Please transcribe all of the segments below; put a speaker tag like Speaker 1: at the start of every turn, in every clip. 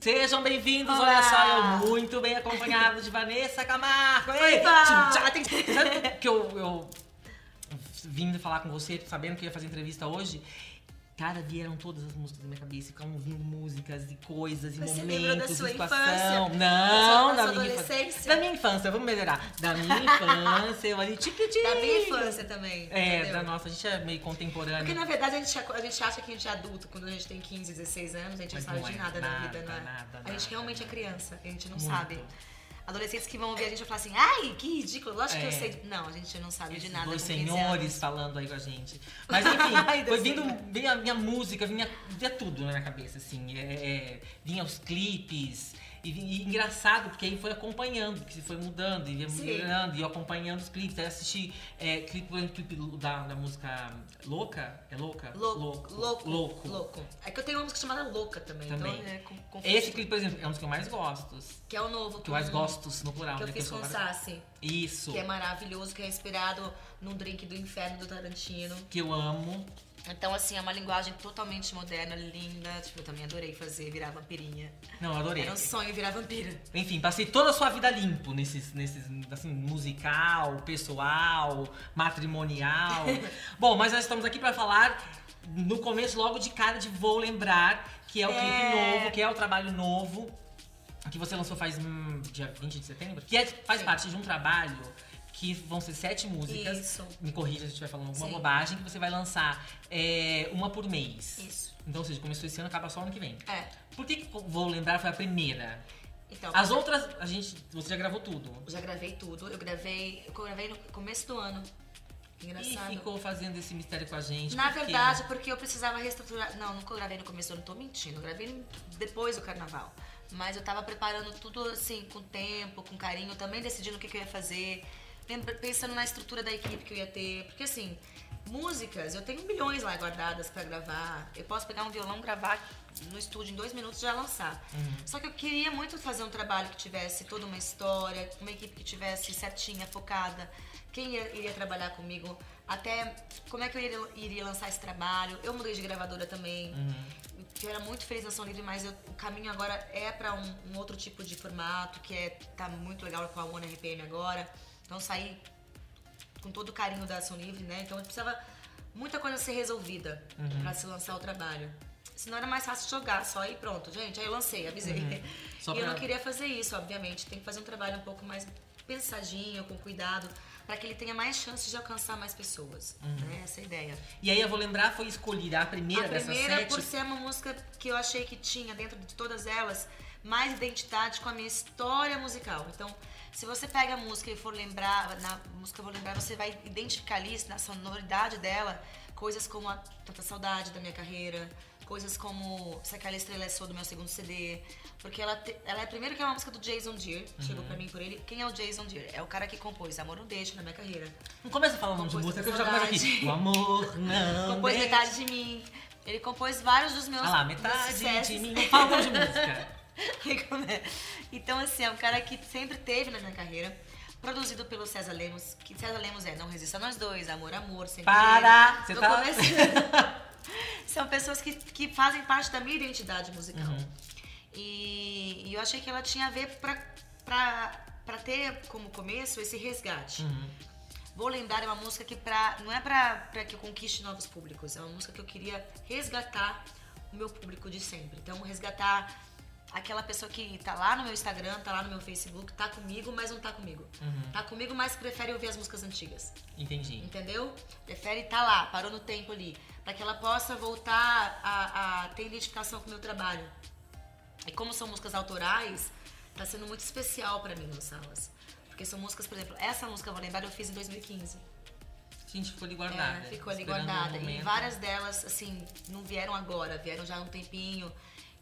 Speaker 1: Sejam bem-vindos,
Speaker 2: Olá.
Speaker 1: olha só, eu muito bem acompanhado de Vanessa Camargo. Ei,
Speaker 2: Oiba!
Speaker 1: já tem sabe que eu, eu vim falar com você, sabendo que eu ia fazer entrevista hoje. Cara, vieram todas as músicas da minha cabeça, ficaram ouvindo músicas e coisas e
Speaker 2: Mas você lembrou da
Speaker 1: momentos,
Speaker 2: sua
Speaker 1: e
Speaker 2: infância?
Speaker 1: situação.
Speaker 2: Da
Speaker 1: Não,
Speaker 2: sua
Speaker 1: da minha infância.
Speaker 2: adolescência?
Speaker 1: Da minha infância, vamos melhorar. Da minha infância, eu ali tiquitinho.
Speaker 2: Da minha infância também.
Speaker 1: É,
Speaker 2: entendeu?
Speaker 1: da nossa, a gente é meio contemporâneo.
Speaker 2: Porque na verdade a gente, a gente acha que a gente é adulto quando a gente tem 15, 16 anos, a gente
Speaker 1: Mas
Speaker 2: não sabe
Speaker 1: não
Speaker 2: de
Speaker 1: é,
Speaker 2: nada,
Speaker 1: nada,
Speaker 2: na vida, não é?
Speaker 1: nada,
Speaker 2: a gente
Speaker 1: nada.
Speaker 2: realmente é criança, a gente não
Speaker 1: Muito.
Speaker 2: sabe. Adolescentes que vão ouvir a gente vão falar assim, ai, que ridículo, lógico
Speaker 1: É.
Speaker 2: que eu sei. de-". Não, a gente não sabe de
Speaker 1: Esses
Speaker 2: nada.
Speaker 1: dois
Speaker 2: com 15
Speaker 1: senhores
Speaker 2: anos.
Speaker 1: falando aí com a gente. Mas
Speaker 2: Ai,
Speaker 1: enfim, foi
Speaker 2: Deus
Speaker 1: vindo,
Speaker 2: me livre.
Speaker 1: vinha a minha música, vinha, vinha tudo na minha cabeça, assim. É, é, vinha os clipes. E, vi- e engraçado, porque aí foi acompanhando, que se foi mudando, e ia
Speaker 2: Sim.
Speaker 1: mudando, e eu acompanhando os clipes. Aí assisti é, clipe, por exemplo, clipe da, da música Louca? É Louca?
Speaker 2: Louco, louco,
Speaker 1: Louco.
Speaker 2: louco, É que eu tenho uma música chamada Louca também,
Speaker 1: Também.
Speaker 2: então é com- confuso.
Speaker 1: Esse clipe, por exemplo, é um dos que eu mais gosto.
Speaker 2: Que é o novo.
Speaker 1: Que eu mais
Speaker 2: com-
Speaker 1: gosto, no plural.
Speaker 2: Que eu
Speaker 1: né,
Speaker 2: fiz
Speaker 1: sou
Speaker 2: com o
Speaker 1: maravilhosa.
Speaker 2: Sassi,
Speaker 1: Isso.
Speaker 2: que é maravilhoso, que é inspirado num drink do inferno do Tarantino.
Speaker 1: que eu amo.
Speaker 2: Então, assim, é uma linguagem totalmente moderna, linda. Tipo, eu também adorei fazer, virar vampirinha.
Speaker 1: Não, eu adorei.
Speaker 2: Era um sonho virar vampira.
Speaker 1: Enfim, passei toda a sua vida limpo nesses, nesses assim, musical, pessoal, matrimonial. Bom, mas nós estamos aqui para falar no começo, logo de cara, de Vou Lembrar, que é o
Speaker 2: É.
Speaker 1: clipe novo, que é o trabalho novo, que você lançou faz hum, dia 20 de setembro, que é- faz
Speaker 2: Sim.
Speaker 1: parte de um trabalho que vão ser sete músicas.
Speaker 2: Isso.
Speaker 1: Me corrija se eu estiver falando alguma
Speaker 2: Sim.
Speaker 1: bobagem, que você vai lançar é, uma por mês.
Speaker 2: Isso.
Speaker 1: Então, ou seja, começou esse ano, acaba só ano que vem.
Speaker 2: É.
Speaker 1: Por que, que Vou Lembrar foi a primeira?
Speaker 2: Então,
Speaker 1: As outras, a gente, você já gravou tudo.
Speaker 2: eu já gravei tudo. Eu gravei. Eu gravei no começo do ano.
Speaker 1: E
Speaker 2: Engraçado.
Speaker 1: ficou fazendo esse mistério com a gente.
Speaker 2: Na
Speaker 1: por quê?
Speaker 2: verdade, porque eu precisava reestruturar. Não, nunca gravei no começo do ano, tô mentindo. Eu gravei depois do carnaval. Mas eu tava preparando tudo assim, com tempo, com carinho, também decidindo o que, que eu ia fazer, lembra- pensando na estrutura da equipe que eu ia ter. Porque assim, músicas, eu tenho milhões lá guardadas pra gravar. Eu posso pegar um violão, gravar no estúdio em dois minutos e já lançar.
Speaker 1: Uhum.
Speaker 2: Só que eu queria muito fazer um trabalho que tivesse toda uma história, uma equipe que tivesse certinha, focada. Quem ia- iria trabalhar comigo? Até como é que eu iria, iria lançar esse trabalho? Eu mudei de gravadora também.
Speaker 1: Uhum.
Speaker 2: Eu era muito feliz na Som Livre, mas eu- o caminho agora é pra um, um outro tipo de formato, que é tá muito legal com a One RPM agora. Então saí com todo o carinho da Ação Livre, né? Então eu precisava muita coisa ser resolvida
Speaker 1: Uhum.
Speaker 2: pra se lançar o trabalho. Senão era mais fácil jogar só e pronto. Gente, aí eu lancei, avisei.
Speaker 1: Uhum. Só
Speaker 2: e eu
Speaker 1: pra-
Speaker 2: não queria fazer isso, obviamente. Tem que fazer um trabalho um pouco mais pensadinho, com cuidado, pra que ele tenha mais chance de alcançar mais pessoas.
Speaker 1: Uhum.
Speaker 2: Né? Essa é a ideia.
Speaker 1: E aí eu vou lembrar, foi escolhida a primeira
Speaker 2: A
Speaker 1: dessas
Speaker 2: primeira,
Speaker 1: sete.
Speaker 2: por ser uma música que eu achei que tinha dentro de todas elas mais identidade com a minha história musical. Então, se você pega a música e for lembrar, na música eu vou lembrar, você vai identificar ali na sonoridade dela coisas como a tanta saudade da minha carreira, coisas como se aquela estrela é sua do meu segundo CD, porque ela te- ela é primeiro que é uma música do Jason Deere,
Speaker 1: Uhum.
Speaker 2: chegou pra mim por ele. Quem é o Jason Deere? É o cara que compôs Amor não deixa na minha carreira.
Speaker 1: Não começa falando de música,
Speaker 2: Composta de
Speaker 1: que eu já começo aqui.
Speaker 2: saudade.
Speaker 1: O amor não.
Speaker 2: compôs
Speaker 1: deixa-
Speaker 2: metade de mim. Ele compôs vários dos meus
Speaker 1: Ah lá,
Speaker 2: meus
Speaker 1: metade de
Speaker 2: sucessos.
Speaker 1: mim. Não falam de música.
Speaker 2: Aí come- então, assim, é um cara que sempre teve na minha carreira, produzido pelo César Lemos, que César Lemos é Não Resista a Nós Dois, Amor, Amor, Sempre.
Speaker 1: Para!
Speaker 2: Ele.
Speaker 1: Você
Speaker 2: Tô
Speaker 1: tá-
Speaker 2: começando. São pessoas que, que fazem parte da minha identidade musical.
Speaker 1: Uhum.
Speaker 2: E, e eu achei que ela tinha a ver pra, pra, pra ter como começo esse resgate.
Speaker 1: Uhum.
Speaker 2: Vou lembrar é uma música que pra, não é pra, pra que eu conquiste novos públicos, é uma música que eu queria resgatar o meu público de sempre. Então, resgatar aquela pessoa que tá lá no meu Instagram, tá lá no meu Facebook, tá comigo, mas não tá comigo. Tá comigo, mas prefere ouvir as músicas antigas.
Speaker 1: Entendi.
Speaker 2: Entendeu? Prefere estar lá, parou no tempo ali, para que ela possa voltar a, a ter identificação com o meu trabalho. E como são músicas autorais, tá sendo muito especial para mim lançá-las. Porque são músicas, por exemplo, essa música, eu vou lembrar, eu fiz em 2015.
Speaker 1: Gente, ficou ali
Speaker 2: É,
Speaker 1: guardada.
Speaker 2: ficou ali
Speaker 1: esperando um
Speaker 2: guardada. E
Speaker 1: momento.
Speaker 2: várias delas, assim, não vieram agora, vieram já há um tempinho.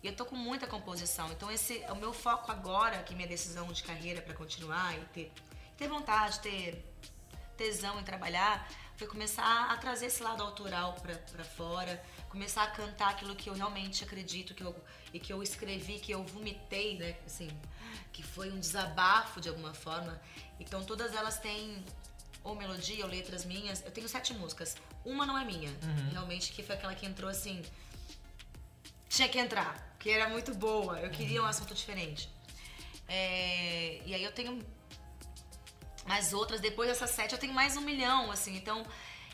Speaker 2: E eu tô com muita composição. Então, esse o meu foco agora, que é minha decisão de carreira pra continuar e ter, ter vontade, ter tesão em trabalhar, foi começar a trazer esse lado autoral pra, pra fora, começar a cantar aquilo que eu realmente acredito que eu, e que eu escrevi, que eu vomitei, né? Assim, que foi um desabafo de alguma forma. Então, todas elas têm ou melodia ou letras minhas. Eu tenho sete músicas. Uma não é minha, realmente, que foi aquela que entrou assim. Tinha que entrar. que era muito boa. Eu queria um assunto diferente. É, e aí eu tenho mais outras. Depois dessas sete eu tenho mais um milhão, assim. Então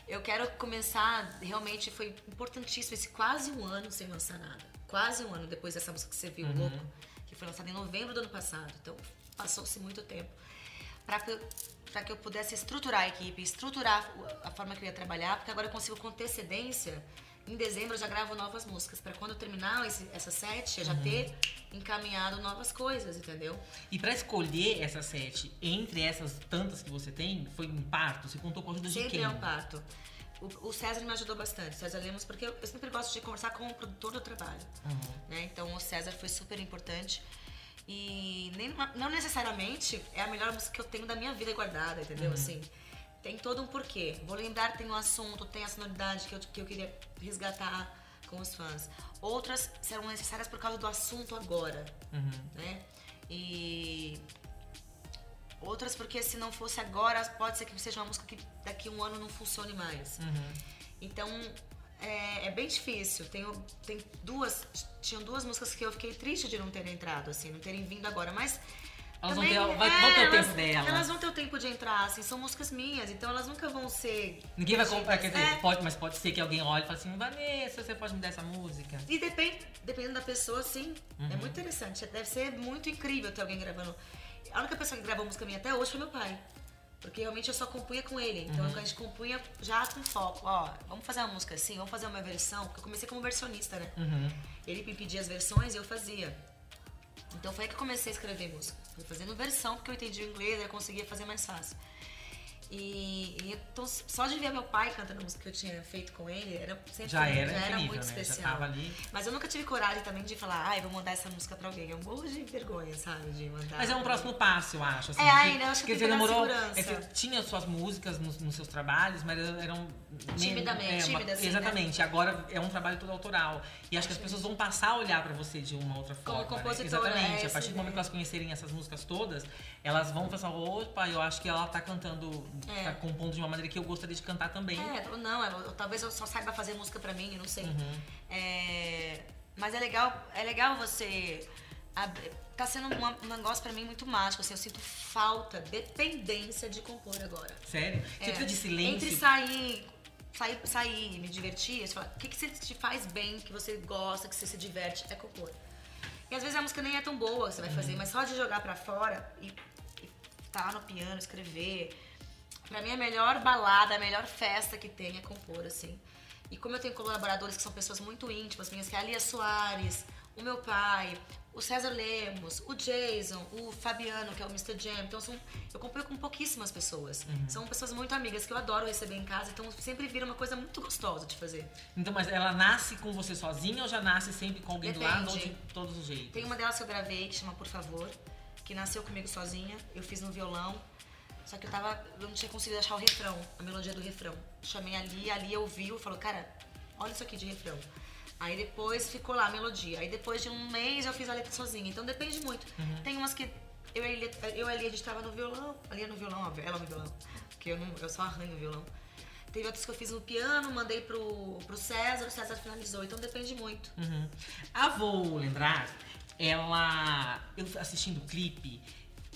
Speaker 2: eu quero começar. Realmente foi importantíssimo esse quase um ano sem lançar nada. Quase um ano depois dessa música que você viu, Louco, que foi lançada em novembro do ano passado. Então passou-se muito tempo. Pra, que eu- pra que eu pudesse estruturar a equipe, estruturar a forma que eu ia trabalhar, porque agora eu consigo com antecedência. Em dezembro eu já gravo novas músicas, pra quando eu terminar esse, essa sete, eu já ter encaminhado novas coisas, entendeu?
Speaker 1: E pra escolher essas sete, entre essas tantas que você tem, foi um parto? Você contou com a ajuda de
Speaker 2: Sempre
Speaker 1: quem?
Speaker 2: é um parto. O, o César me ajudou bastante, César Lemos, porque eu, eu sempre gosto de conversar com o produtor do trabalho.
Speaker 1: Uhum.
Speaker 2: né? Então o César foi super importante. E nem- não necessariamente é a melhor música que eu tenho da minha vida guardada, entendeu?
Speaker 1: Uhum.
Speaker 2: Assim, tem todo um porquê. Vou lembrar, tem um assunto, tem a sonoridade que eu, que eu queria resgatar com os fãs. Outras serão necessárias por causa do assunto agora,
Speaker 1: Uhum.
Speaker 2: né? E outras porque se não fosse agora, pode ser que seja uma música que daqui a um ano não funcione mais.
Speaker 1: Uhum.
Speaker 2: Então é, é bem difícil. Tenho, tem duas, tinham duas músicas que eu fiquei triste de não terem entrado, assim, não terem vindo agora, mas.
Speaker 1: Elas
Speaker 2: também, é,
Speaker 1: vão ter- vai- vão ter o
Speaker 2: elas-
Speaker 1: tempo dela.
Speaker 2: Elas vão ter o tempo de entrar, assim, são músicas minhas, então elas nunca vão ser.
Speaker 1: Ninguém vai comprar, quer
Speaker 2: ditas,
Speaker 1: dizer,
Speaker 2: é.
Speaker 1: pode, mas pode ser que alguém olhe e fale assim, Vanessa, você pode me dar essa música?
Speaker 2: E depende, dependendo da pessoa, sim. É muito interessante. Deve ser muito incrível ter alguém gravando. A única pessoa que gravou música minha até hoje foi meu pai. Porque realmente eu só compunha com ele. Então a gente compunha já com foco. Ó, vamos fazer uma música assim, vamos fazer uma versão. Porque eu comecei como versionista, né?
Speaker 1: Uhum.
Speaker 2: Ele me pedia as versões e eu fazia. Então foi aí que eu comecei a escrever música. Fui fazendo versão, porque eu entendi o inglês e eu conseguia fazer mais fácil. E, e então, só de ver meu pai cantando a música que eu tinha feito com ele, era sempre
Speaker 1: Já era
Speaker 2: já era
Speaker 1: incrível,
Speaker 2: muito
Speaker 1: né? Já
Speaker 2: especial.
Speaker 1: tava ali.
Speaker 2: Mas eu nunca tive coragem também de falar, ai, vou mandar essa música pra alguém. Eu morro de vergonha, sabe? De mandar.
Speaker 1: Mas é um próximo passo, eu acho. Assim,
Speaker 2: É,
Speaker 1: que-
Speaker 2: ainda, eu acho que tem que dar segurança.
Speaker 1: é, você tinha suas músicas nos, nos seus trabalhos, mas eram.
Speaker 2: Timidamente,
Speaker 1: é, uma-
Speaker 2: tímida, assim, né?
Speaker 1: Exatamente. Agora é um trabalho todo autoral. E acho que as pessoas vão passar a olhar pra você de uma outra forma. né?
Speaker 2: compositora,
Speaker 1: Exatamente.
Speaker 2: é,
Speaker 1: a partir do
Speaker 2: sim,
Speaker 1: momento que elas conhecerem essas músicas todas, elas vão pensar: opa, eu acho que ela tá cantando,
Speaker 2: É.
Speaker 1: tá compondo de uma maneira que eu gostaria de cantar também.
Speaker 2: É, ou não, eu- eu- talvez eu só saiba fazer música pra mim, eu não sei. É, mas é legal, é legal você. abrir- Tá sendo uma- um negócio pra mim muito mágico, assim, eu sinto falta, dependência de compor agora.
Speaker 1: Sério? Você
Speaker 2: É,
Speaker 1: precisa de silêncio?
Speaker 2: Entre sair, sair, sair e me divertir, você fala, o que, que você te faz bem, que você gosta, que você se diverte, é compor. E às vezes a música nem é tão boa que você vai
Speaker 1: Uhum.
Speaker 2: fazer, mas só de jogar pra fora e, e tá no piano, escrever. Pra mim, a melhor balada, a melhor festa que tem é compor, assim. E como eu tenho colaboradores que são pessoas muito íntimas minhas, que é a Lia Soares, o meu pai, o César Lemos, o Jason, o Fabiano, que é o Mr. Jam. Então, são, eu compõe com pouquíssimas pessoas. São pessoas muito amigas, que eu adoro receber em casa. Então, sempre vira uma coisa muito gostosa de fazer.
Speaker 1: Então, mas ela nasce com você sozinha ou já nasce sempre com alguém do lado ou de
Speaker 2: Depende.
Speaker 1: todos os jeitos?
Speaker 2: Tem uma delas que eu gravei, que chama Por Favor, que nasceu comigo sozinha. Eu fiz no violão, só que eu tava. Eu não tinha conseguido achar o refrão, a melodia do refrão. Chamei a Lia, a Lia ouviu e falou, cara, olha isso aqui de refrão. Aí depois ficou lá a melodia. Aí depois de um mês eu fiz a letra sozinha. Então depende muito. Tem umas que. Eu e a Lia, eu e a Lia, a gente tava no violão. A Lia no violão, óbvio, ela é no violão. Porque eu, não, eu só arranho o violão. Teve outras que eu fiz no piano, mandei pro, pro César, o César finalizou. Então depende muito.
Speaker 1: Uhum. A Vou Lembrar, ela. Eu assistindo o clipe,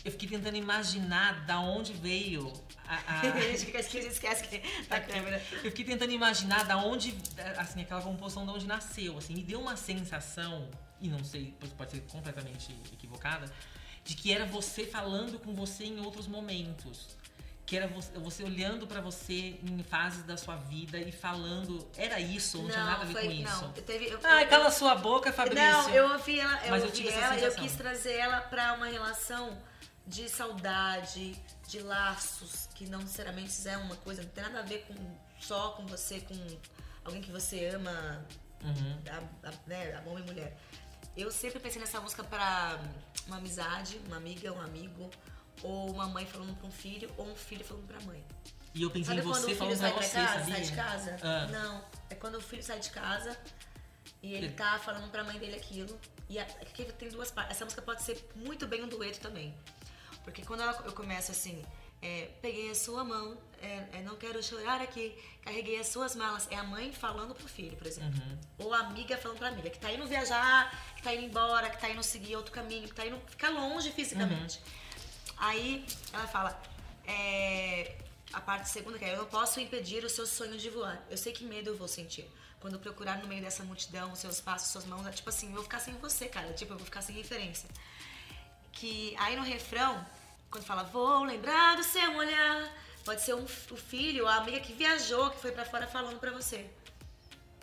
Speaker 1: eu fiquei tentando imaginar da onde veio a. a-
Speaker 2: a gente fica- a gente esquece que tá a câmera.
Speaker 1: eu fiquei tentando imaginar da onde. da- Assim, aquela composição da onde nasceu. Assim, me deu uma sensação, e não sei, pode- pode ser completamente equivocada, de que era você falando com você em outros momentos. Que era você, você olhando pra você em fases da sua vida e falando. Era isso, não, tinha nada a ver
Speaker 2: foi,
Speaker 1: com isso.
Speaker 2: Não, eu teve, eu,
Speaker 1: Ai,
Speaker 2: eu-
Speaker 1: cala sua boca, Fabrício.
Speaker 2: Não, eu ouvi ela, eu
Speaker 1: Mas eu
Speaker 2: ouvi
Speaker 1: tive essa
Speaker 2: ela e eu
Speaker 1: sensação.
Speaker 2: quis trazer ela pra uma relação de saudade, de laços, que não necessariamente é uma coisa, não tem nada a ver com só com você, com alguém que você ama,
Speaker 1: Uhum.
Speaker 2: a, a, né, a homem e mulher. Eu sempre pensei nessa música pra uma amizade, uma amiga, um amigo, ou uma mãe falando pra um filho, ou um filho falando pra mãe.
Speaker 1: E eu pensei
Speaker 2: Sabe
Speaker 1: em
Speaker 2: quando
Speaker 1: você
Speaker 2: o filho
Speaker 1: falando
Speaker 2: sai
Speaker 1: pra
Speaker 2: pra
Speaker 1: você,
Speaker 2: casa?
Speaker 1: sabia?
Speaker 2: Sai de casa?
Speaker 1: Ah.
Speaker 2: Não. É quando o filho sai de casa e ele
Speaker 1: Ele-
Speaker 2: tá falando pra mãe dele aquilo. E a- é aqui tem duas partes. Essa música pode ser muito bem um dueto também. Porque quando ela- eu começo assim, É, peguei a sua mão, é, é, não quero chorar aqui, carreguei as suas malas. É a mãe falando pro filho, por exemplo.
Speaker 1: Uhum.
Speaker 2: Ou a amiga falando pra amiga, que tá indo viajar, que tá indo embora, que tá indo seguir outro caminho, que tá indo ficar longe fisicamente. Aí ela fala, é, a parte segunda que é, eu não posso impedir o seu sonho de voar. Eu sei que medo eu vou sentir. Quando eu procurar no meio dessa multidão, seus passos, suas mãos, é tipo assim, eu vou ficar sem você, cara. Tipo, eu vou ficar sem referência que aí no refrão, quando fala vou lembrar do seu olhar, pode ser um, f- o filho ou a amiga que viajou, que foi pra fora falando pra você.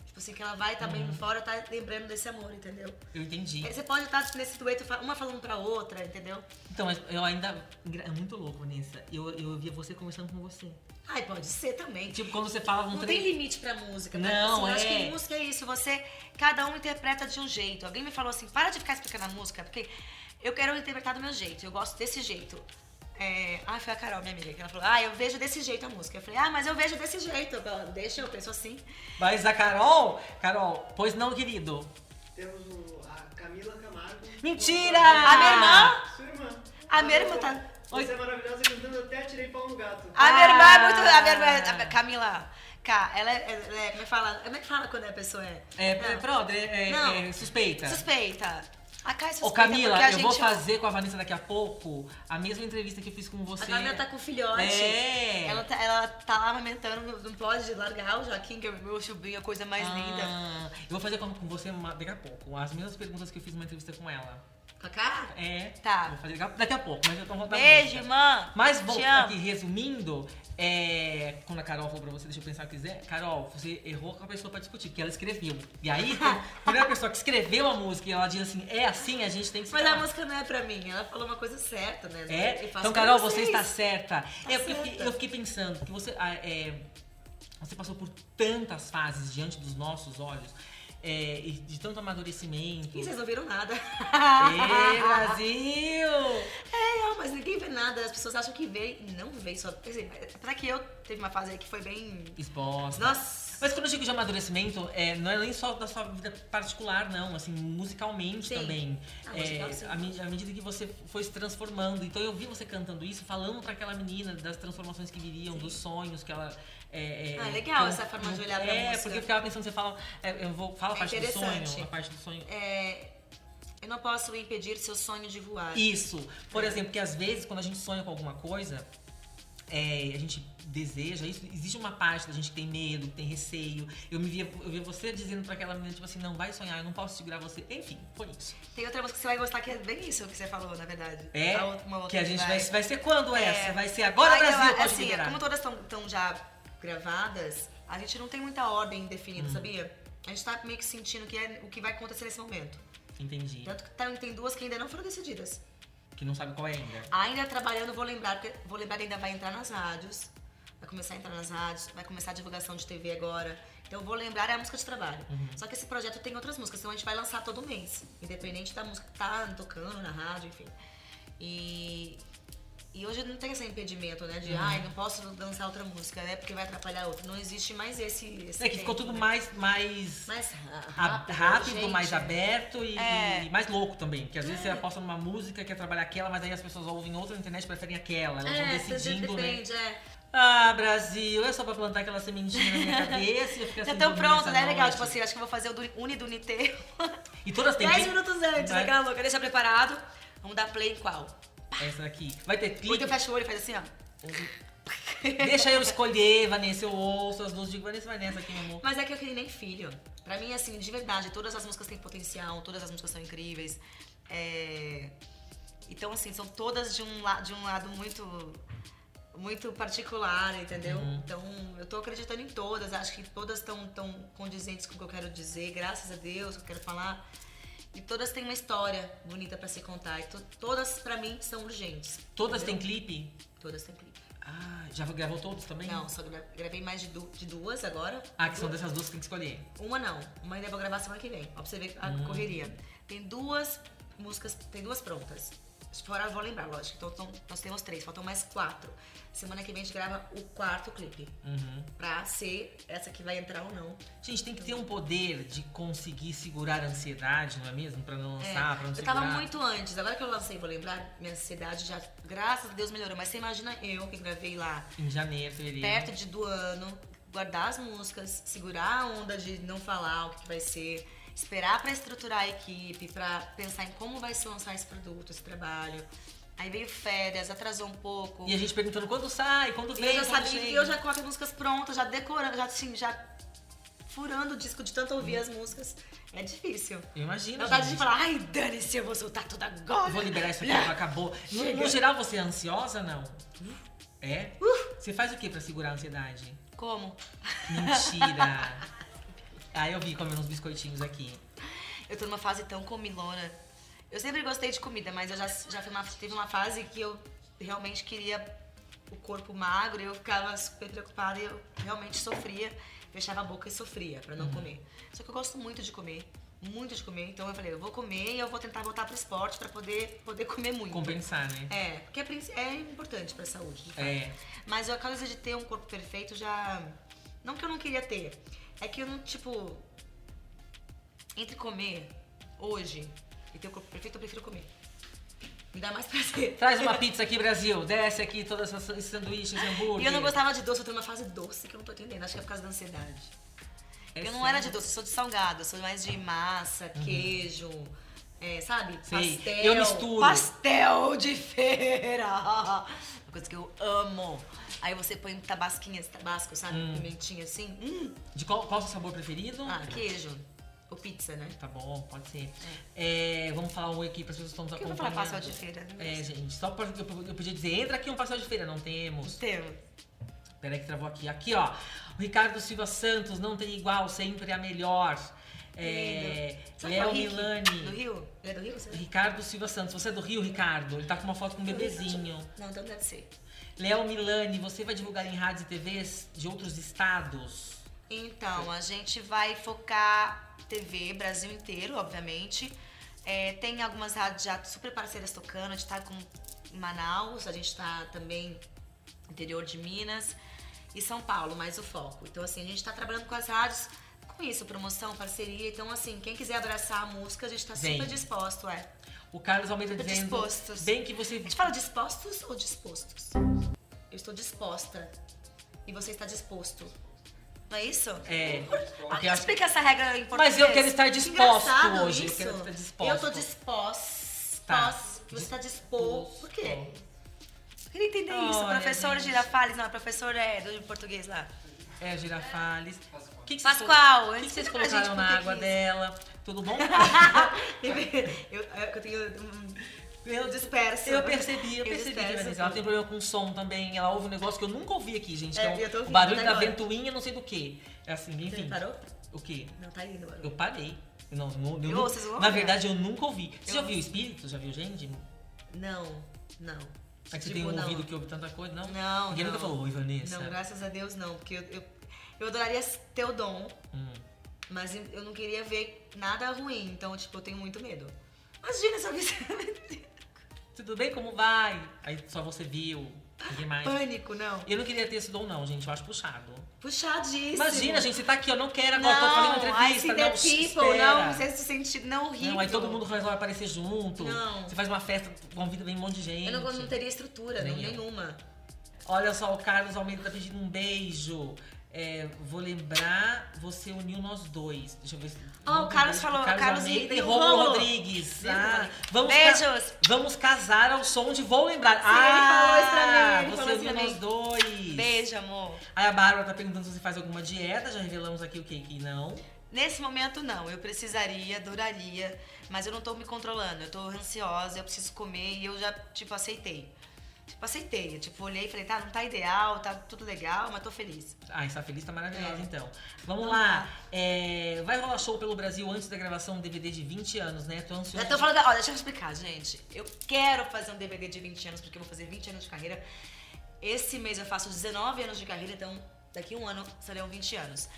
Speaker 2: Tipo assim, que ela vai tá bem fora, tá lembrando desse amor, entendeu?
Speaker 1: Eu entendi.
Speaker 2: Aí Você pode estar nesse dueto, fa- uma falando pra outra, entendeu?
Speaker 1: Então, mas eu ainda. engra- É muito louco, Vanessa. Eu, eu via você conversando com você.
Speaker 2: Ai, pode ser também.
Speaker 1: Tipo, quando você falava um
Speaker 2: Não
Speaker 1: trem-
Speaker 2: tem limite pra música. tá?
Speaker 1: Não,
Speaker 2: assim, Eu acho
Speaker 1: é.
Speaker 2: que música é isso. Você, cada um interpreta de um jeito. Alguém me falou assim, para de ficar explicando a música, porque eu quero interpretar do meu jeito. Eu gosto desse jeito. É... Ah, foi a Carol, minha amiga, que ela falou, ah, eu vejo desse jeito a música. Eu falei, ah, mas eu vejo desse jeito. Eu falei, Deixa, eu penso assim.
Speaker 1: Mas a Carol. Carol, pois não, querido.
Speaker 3: Temos o, a Camila Camargo.
Speaker 1: Mentira!
Speaker 2: A minha irmã?
Speaker 3: Sua irmã.
Speaker 2: A minha
Speaker 3: Ela
Speaker 2: irmã tá-
Speaker 3: falou, Você é maravilhosa cantando até tirei pau no gato.
Speaker 2: A minha
Speaker 1: Ah.
Speaker 2: irmã é muito... A minha irmã é... a- Camila, Cá, ela é... ela é- Como é que fala? Como é que fala quando a pessoa é...
Speaker 1: É,
Speaker 2: Não.
Speaker 1: pronto, é, é-
Speaker 2: Não.
Speaker 1: é suspeita.
Speaker 2: Suspeita. A Cá é suspeita
Speaker 1: Ô Camila,
Speaker 2: porque a
Speaker 1: eu
Speaker 2: gente...
Speaker 1: vou fazer com a Vanessa daqui a pouco a mesma entrevista que eu fiz com você.
Speaker 2: A Camila tá com filhote.
Speaker 1: É.
Speaker 2: Ela tá, ela tá lá amamentando, não pode largar o Joaquim, que é o meu chubinho, a coisa mais linda.
Speaker 1: Ah, Eu vou fazer com, com você uma- daqui a pouco. As mesmas perguntas que eu fiz numa entrevista com ela.
Speaker 2: Cacá?
Speaker 1: É.
Speaker 2: Tá.
Speaker 1: Vou fazer daqui a, daqui a pouco, mas eu tô voltando.
Speaker 2: Beijo, irmã.
Speaker 1: Mas
Speaker 2: Te
Speaker 1: bom,
Speaker 2: amo.
Speaker 1: aqui resumindo, é, quando a Carol falou pra você, deixa eu pensar o que quiser. Carol, você errou com a pessoa pra discutir, porque ela escreveu. E aí, quando a primeira pessoa que escreveu a música e ela diz assim, é assim, a gente tem que se
Speaker 2: Mas a
Speaker 1: falar.
Speaker 2: música não é pra mim, ela falou uma coisa certa, né?
Speaker 1: É?
Speaker 2: Eu faço
Speaker 1: Então,
Speaker 2: pra
Speaker 1: Carol,
Speaker 2: vocês.
Speaker 1: você
Speaker 2: Tá
Speaker 1: está certa. eu, eu fiquei,
Speaker 2: certa.
Speaker 1: eu fiquei pensando que você, ah, é, você passou por tantas fases diante dos nossos olhos, é, e de tanto amadurecimento.
Speaker 2: Ih, vocês não viram nada.
Speaker 1: Ei, Brasil!
Speaker 2: É, mas ninguém vê nada, as pessoas acham que vê e não vê. Só, quer dizer, apesar que eu teve uma fase aí que foi bem.
Speaker 1: Exposta.
Speaker 2: Nossa!
Speaker 1: Mas quando eu digo de amadurecimento, é, não é nem só da sua vida particular, não, assim, musicalmente
Speaker 2: Sim.
Speaker 1: também.
Speaker 2: Ah,
Speaker 1: É,
Speaker 2: musical, sim.
Speaker 1: à me- à medida que você foi se transformando. Então eu vi você cantando isso, falando pra aquela menina das transformações que viriam, dos sonhos que ela. É, é,
Speaker 2: Ah, legal
Speaker 1: can-
Speaker 2: essa forma de olhar pra
Speaker 1: É,
Speaker 2: música.
Speaker 1: porque eu ficava pensando, você fala, é, eu vou, fala a
Speaker 2: É
Speaker 1: parte do
Speaker 2: interessante.
Speaker 1: sonho, a parte do sonho.
Speaker 2: É, eu não posso impedir seu sonho de voar.
Speaker 1: Isso. Por exemplo, que às vezes quando a gente sonha com alguma coisa, é, a gente deseja isso. Existe uma parte da gente que tem medo, que tem receio. Eu me via, eu via você dizendo pra aquela menina, tipo assim, não vai sonhar, eu não posso segurar você. Enfim, foi isso.
Speaker 2: Tem outra música que você vai gostar que é bem isso que você falou, na verdade.
Speaker 1: É.
Speaker 2: A outra- uma outra É.
Speaker 1: que a gente vai, vai ser quando essa? Vai ser agora
Speaker 2: Agora
Speaker 1: Brasil, pode
Speaker 2: assim,
Speaker 1: liberar.
Speaker 2: como todas estão já gravadas, a gente não tem muita ordem
Speaker 1: Hum.
Speaker 2: definida, sabia? A gente tá meio que sentindo que é o que vai acontecer nesse momento.
Speaker 1: Entendi.
Speaker 2: Tanto que tá- tem duas que ainda não foram decididas.
Speaker 1: Que não sabe qual é ainda.
Speaker 2: Ainda trabalhando, vou lembrar, porque vou lembrar ainda vai entrar nas rádios. Vai começar a entrar nas rádios, vai começar a divulgação de TV agora. Então vou lembrar é a música de trabalho.
Speaker 1: Uhum.
Speaker 2: Só que esse projeto tem outras músicas, então a gente vai lançar todo mês, independente da música que tá tocando na rádio, enfim. E e hoje não tem esse impedimento, né,
Speaker 1: Uhum.
Speaker 2: de ai, não posso dançar outra música, né, porque vai atrapalhar outra. Não existe mais esse esse
Speaker 1: É que ficou
Speaker 2: tempo,
Speaker 1: tudo
Speaker 2: né?
Speaker 1: mais, mais
Speaker 2: mais
Speaker 1: a-
Speaker 2: rápido,
Speaker 1: rápido,
Speaker 2: gente,
Speaker 1: mais
Speaker 2: é.
Speaker 1: aberto e,
Speaker 2: É.
Speaker 1: e mais louco também. Porque às vezes você aposta numa música, quer trabalhar aquela, mas aí as pessoas ouvem outra na internet e preferem aquela. Elas vão
Speaker 2: É,
Speaker 1: decidindo, né?
Speaker 2: depende, é.
Speaker 1: Ah, Brasil, é só pra plantar aquela sementinha na minha cabeça e eu ficar
Speaker 2: Já
Speaker 1: sem
Speaker 2: estão
Speaker 1: dormir
Speaker 2: prontos,
Speaker 1: essa
Speaker 2: né? Legal,
Speaker 1: assim, noite.
Speaker 2: tipo assim, acho que eu vou fazer o do Uni do Unite.
Speaker 1: E todas têm
Speaker 2: 10
Speaker 1: clipe?
Speaker 2: minutos antes,
Speaker 1: Vai-
Speaker 2: legal, louca. Deixa preparado. Vamos dar play em qual?
Speaker 1: Essa daqui. Vai ter
Speaker 2: Ou então
Speaker 1: clipe?
Speaker 2: fecha o olho e faz assim, ó.
Speaker 1: Deixa eu escolher, Vanessa, eu ouço as duas. Digo, Vanessa, vai nessa aqui, meu amor.
Speaker 2: Mas é que eu queria nem filho. Pra mim, assim, de verdade, todas as músicas têm potencial, todas as músicas são incríveis. É, Então, assim, são todas de um, la- de um lado muito muito particular, entendeu?
Speaker 1: Uhum.
Speaker 2: Então, eu tô acreditando em todas. Acho que todas estão tão condizentes com o que eu quero dizer, graças a Deus, o que eu quero falar. E todas têm uma história bonita pra se contar. E to- todas, pra mim, são urgentes.
Speaker 1: Todas têm
Speaker 2: entendeu?
Speaker 1: clipe?
Speaker 2: Todas têm clipe.
Speaker 1: Ah, já gravou todos também?
Speaker 2: Não, só gra- gravei mais de, du- de duas agora.
Speaker 1: Ah, que são dessas duas que tem que escolher.
Speaker 2: Uma não, uma ainda é
Speaker 1: Hum.
Speaker 2: vou gravar semana que vem. Ó, pra você ver a correria. Tem duas músicas, tem duas prontas. Fora eu vou lembrar, lógico. Então, então, nós temos três, faltam mais quatro. Semana que vem a gente grava o quarto clipe.
Speaker 1: Uhum.
Speaker 2: Pra ser essa que vai entrar ou não.
Speaker 1: Gente, tem que ter um poder de conseguir segurar a ansiedade, não é mesmo? Pra não
Speaker 2: É,
Speaker 1: lançar, pra não
Speaker 2: eu tava
Speaker 1: segurar.
Speaker 2: muito antes, agora que eu lancei, vou lembrar, minha ansiedade já, graças a Deus, melhorou. Mas você imagina eu que gravei lá
Speaker 1: Em janeiro, fevereiro.
Speaker 2: perto de, do ano, guardar as músicas, segurar a onda de não falar o que, que vai ser, esperar pra estruturar a equipe, pra pensar em como vai se lançar esse produto, esse trabalho. Aí veio férias, atrasou um pouco.
Speaker 1: E a gente perguntando quando sai, quando
Speaker 2: E
Speaker 1: vem,
Speaker 2: eu já
Speaker 1: quando
Speaker 2: sabia
Speaker 1: chega.
Speaker 2: que eu já com as músicas prontas, já decorando, já assim, já furando o disco de tanto ouvir as músicas. É difícil.
Speaker 1: Eu imagino,
Speaker 2: Dá vontade de
Speaker 1: Hum. gente.
Speaker 2: falar, ai, dane-se, eu vou soltar tudo agora.
Speaker 1: Vou liberar isso aqui, acabou. No, no geral, você é ansiosa, não? É?
Speaker 2: Uh!
Speaker 1: Você faz o que pra segurar a ansiedade?
Speaker 2: Como?
Speaker 1: Mentira! ah, eu vi comendo uns biscoitinhos aqui.
Speaker 2: Eu tô numa fase tão comilona. Eu sempre gostei de comida, mas eu já, já fui uma, teve uma fase que eu realmente queria o corpo magro e eu ficava super preocupada e eu realmente sofria. Fechava a boca e sofria pra não comer. Só que eu gosto muito de comer. Muito de comer. Então eu falei, eu vou comer e eu vou tentar voltar pro esporte pra poder, poder comer muito.
Speaker 1: Compensar, né?
Speaker 2: É, porque é, princ- é importante pra saúde, de fato.
Speaker 1: É.
Speaker 2: Mas a causa de ter um corpo perfeito já. Não que eu não queria ter. É que eu não, tipo. Entre comer hoje e ter o corpo perfeito, eu prefiro comer. Me dá mais prazer.
Speaker 1: Traz uma pizza aqui, Brasil. Desce aqui todos esses sanduíches, hambúrguer.
Speaker 2: E eu não gostava de doce, eu tô numa fase doce que eu não tô entendendo. Acho que é por causa da ansiedade.
Speaker 1: É
Speaker 2: eu não era de doce, eu sou de salgado. Eu sou mais de massa, queijo, é, sabe?
Speaker 1: Sei.
Speaker 2: Pastel.
Speaker 1: Eu misturo.
Speaker 2: Pastel de feira. Uma coisa que eu amo. Aí você põe um tabasquinhas, tabasco, sabe? Pimentinha assim. Hum,
Speaker 1: De qual, qual o seu sabor preferido?
Speaker 2: Ah, queijo. Ou pizza, né?
Speaker 1: Tá bom, pode ser. É, vamos falar um aqui para as pessoas que estão nos
Speaker 2: Por que eu vou
Speaker 1: acompanhando.
Speaker 2: falar pastel de feira? Não
Speaker 1: É,
Speaker 2: sei.
Speaker 1: gente, só pra, eu, eu podia dizer, entra aqui um pastel de feira, não temos.
Speaker 2: Tem.
Speaker 1: Peraí que travou aqui. Aqui, ó. O Ricardo Silva Santos, não tem igual, sempre a melhor. É,
Speaker 2: Sabe
Speaker 1: Léo
Speaker 2: o Rick? Do
Speaker 1: Milani.
Speaker 2: Rio? Ele é do Rio? Você
Speaker 1: Ricardo Silva Santos, você é do Rio, Ricardo? Ele tá com uma foto com um bebezinho.
Speaker 2: Não, então deve ser.
Speaker 1: Léo Milani, você vai divulgar em rádios e TVs de outros estados?
Speaker 2: Então, a gente vai focar TV Brasil inteiro, obviamente. É, tem algumas rádios já super parceiras tocando. A gente tá com em Manaus, a gente tá também no interior de Minas e São Paulo, mais o foco. Então, assim, a gente tá trabalhando com as rádios com isso, promoção, parceria. Então, assim, quem quiser abraçar a música, a gente tá
Speaker 1: Vem.
Speaker 2: super disposto, é.
Speaker 1: O Carlos Almeida
Speaker 2: Tô
Speaker 1: dizendo.
Speaker 2: dispostos.
Speaker 1: Bem que você.
Speaker 2: A gente fala dispostos ou dispostos? Eu estou disposta. E você está disposto. Não é isso?
Speaker 1: É.
Speaker 2: Ah,
Speaker 1: porque eu acho-
Speaker 2: explica essa regra em português.
Speaker 1: Mas eu quero estar
Speaker 2: Que
Speaker 1: disposto
Speaker 2: engraçado
Speaker 1: hoje, eu
Speaker 2: Isso.
Speaker 1: quero estar disposto.
Speaker 2: Eu tô disposto.
Speaker 1: Tá.
Speaker 2: Você está disposto. Por quê? Eu queria entender isso.
Speaker 1: Olha,
Speaker 2: Professor
Speaker 1: gente.
Speaker 2: Girafales. Não, professor é do português lá.
Speaker 1: É, girafales. O que que vocês
Speaker 2: Pascoal,
Speaker 1: colo- O que que vocês
Speaker 2: explica pra gente
Speaker 1: colocaram
Speaker 2: por
Speaker 1: na água
Speaker 2: que que isso.
Speaker 1: dela? Tudo bom?
Speaker 2: eu, eu tenho um... Eu disperso.
Speaker 1: Eu percebi, eu
Speaker 2: Eu
Speaker 1: percebi que
Speaker 2: disperso
Speaker 1: ela tem- ela tem
Speaker 2: tudo.
Speaker 1: problema com som também. Ela ouve um negócio que eu nunca ouvi aqui, gente. que
Speaker 2: É,
Speaker 1: é um-
Speaker 2: eu tô
Speaker 1: o
Speaker 2: ouvindo
Speaker 1: barulho
Speaker 2: até
Speaker 1: da
Speaker 2: agora.
Speaker 1: ventoinha, não sei do que. É assim,
Speaker 2: Você
Speaker 1: enfim.
Speaker 2: parou?
Speaker 1: O quê?
Speaker 2: Não, tá lindo. agora.
Speaker 1: Eu parei. Eu Não, não, eu
Speaker 2: Eu
Speaker 1: não-
Speaker 2: ouço, vocês vão
Speaker 1: na
Speaker 2: ouvir. né?
Speaker 1: verdade, eu nunca ouvi. Você
Speaker 2: Eu
Speaker 1: já
Speaker 2: ouço.
Speaker 1: viu espírito? Já viu gente?
Speaker 2: Não, não.
Speaker 1: É que você
Speaker 2: Tipo,
Speaker 1: tem um
Speaker 2: não.
Speaker 1: ouvido que ouve tanta coisa? Não.
Speaker 2: Não,
Speaker 1: Ninguém nunca
Speaker 2: não.
Speaker 1: falou, oi, Vanessa.
Speaker 2: Não, graças a Deus não, porque eu, eu, eu adoraria ter o dom,
Speaker 1: Hum.
Speaker 2: mas eu não queria ver nada ruim, então, tipo, eu tenho muito medo. Imagina se eu visse
Speaker 1: Tudo bem? Como vai? Aí só você viu. Ninguém mais.
Speaker 2: pânico, não.
Speaker 1: Eu não queria ter esse dom, não, gente. Eu acho puxado.
Speaker 2: Puxadíssimo.
Speaker 1: Imagina, gente, você tá aqui, eu não quero agora, tô fazendo
Speaker 2: Não,
Speaker 1: uma
Speaker 2: ai, se
Speaker 1: entrevista.
Speaker 2: der
Speaker 1: não,
Speaker 2: people,
Speaker 1: espera.
Speaker 2: não, sexto sentido, não horrível.
Speaker 1: Não, aí todo mundo resolve aparecer junto.
Speaker 2: Não.
Speaker 1: Você faz uma festa, convida bem um monte de gente.
Speaker 2: Eu não, não teria estrutura,
Speaker 1: Nem
Speaker 2: não,
Speaker 1: eu.
Speaker 2: nenhuma.
Speaker 1: Olha só, o Carlos Almeida tá pedindo um beijo. É, vou lembrar, você uniu nós dois. Deixa eu ver se.
Speaker 2: Ó, o
Speaker 1: Manda um beijo
Speaker 2: Carlos
Speaker 1: pro
Speaker 2: falou-
Speaker 1: Carlos,
Speaker 2: Carlos e-
Speaker 1: Almeida e
Speaker 2: e o
Speaker 1: Romulo
Speaker 2: Rômulo.
Speaker 1: Rodrigues.
Speaker 2: Beijo,
Speaker 1: Ah,
Speaker 2: Rodrigo.
Speaker 1: vamos
Speaker 2: Beijos.
Speaker 1: Vamos casar ao som de Vou Lembrar.
Speaker 2: Sim,
Speaker 1: ah,
Speaker 2: ele falou isso pra mim, ele
Speaker 1: Você
Speaker 2: falou isso
Speaker 1: uniu
Speaker 2: pra mim.
Speaker 1: nós dois.
Speaker 2: Beijo, amor.
Speaker 1: Aí a Bárbara tá perguntando se você faz alguma dieta, já revelamos aqui o que que não.
Speaker 2: Nesse momento, não. Eu precisaria, adoraria, mas eu não tô me controlando. Eu tô ansiosa, eu preciso comer e eu já, tipo, aceitei. Tipo, aceitei. Eu, tipo, olhei e falei, tá, não tá ideal, tá tudo legal, mas tô feliz.
Speaker 1: Ah, está feliz, tá maravilhosa
Speaker 2: É.
Speaker 1: então. Vamos
Speaker 2: Vamos
Speaker 1: lá.
Speaker 2: lá.
Speaker 1: É, vai rolar show pelo Brasil antes da gravação um do DVD de 20 anos, né? Tô
Speaker 2: Já
Speaker 1: ansiosa.
Speaker 2: tô falando, da- ó, deixa eu explicar, gente. Eu quero fazer um DVD de 20 anos, porque eu vou fazer 20 anos de carreira. Esse mês eu faço 19 anos de carreira, então daqui a um ano serão 20 anos.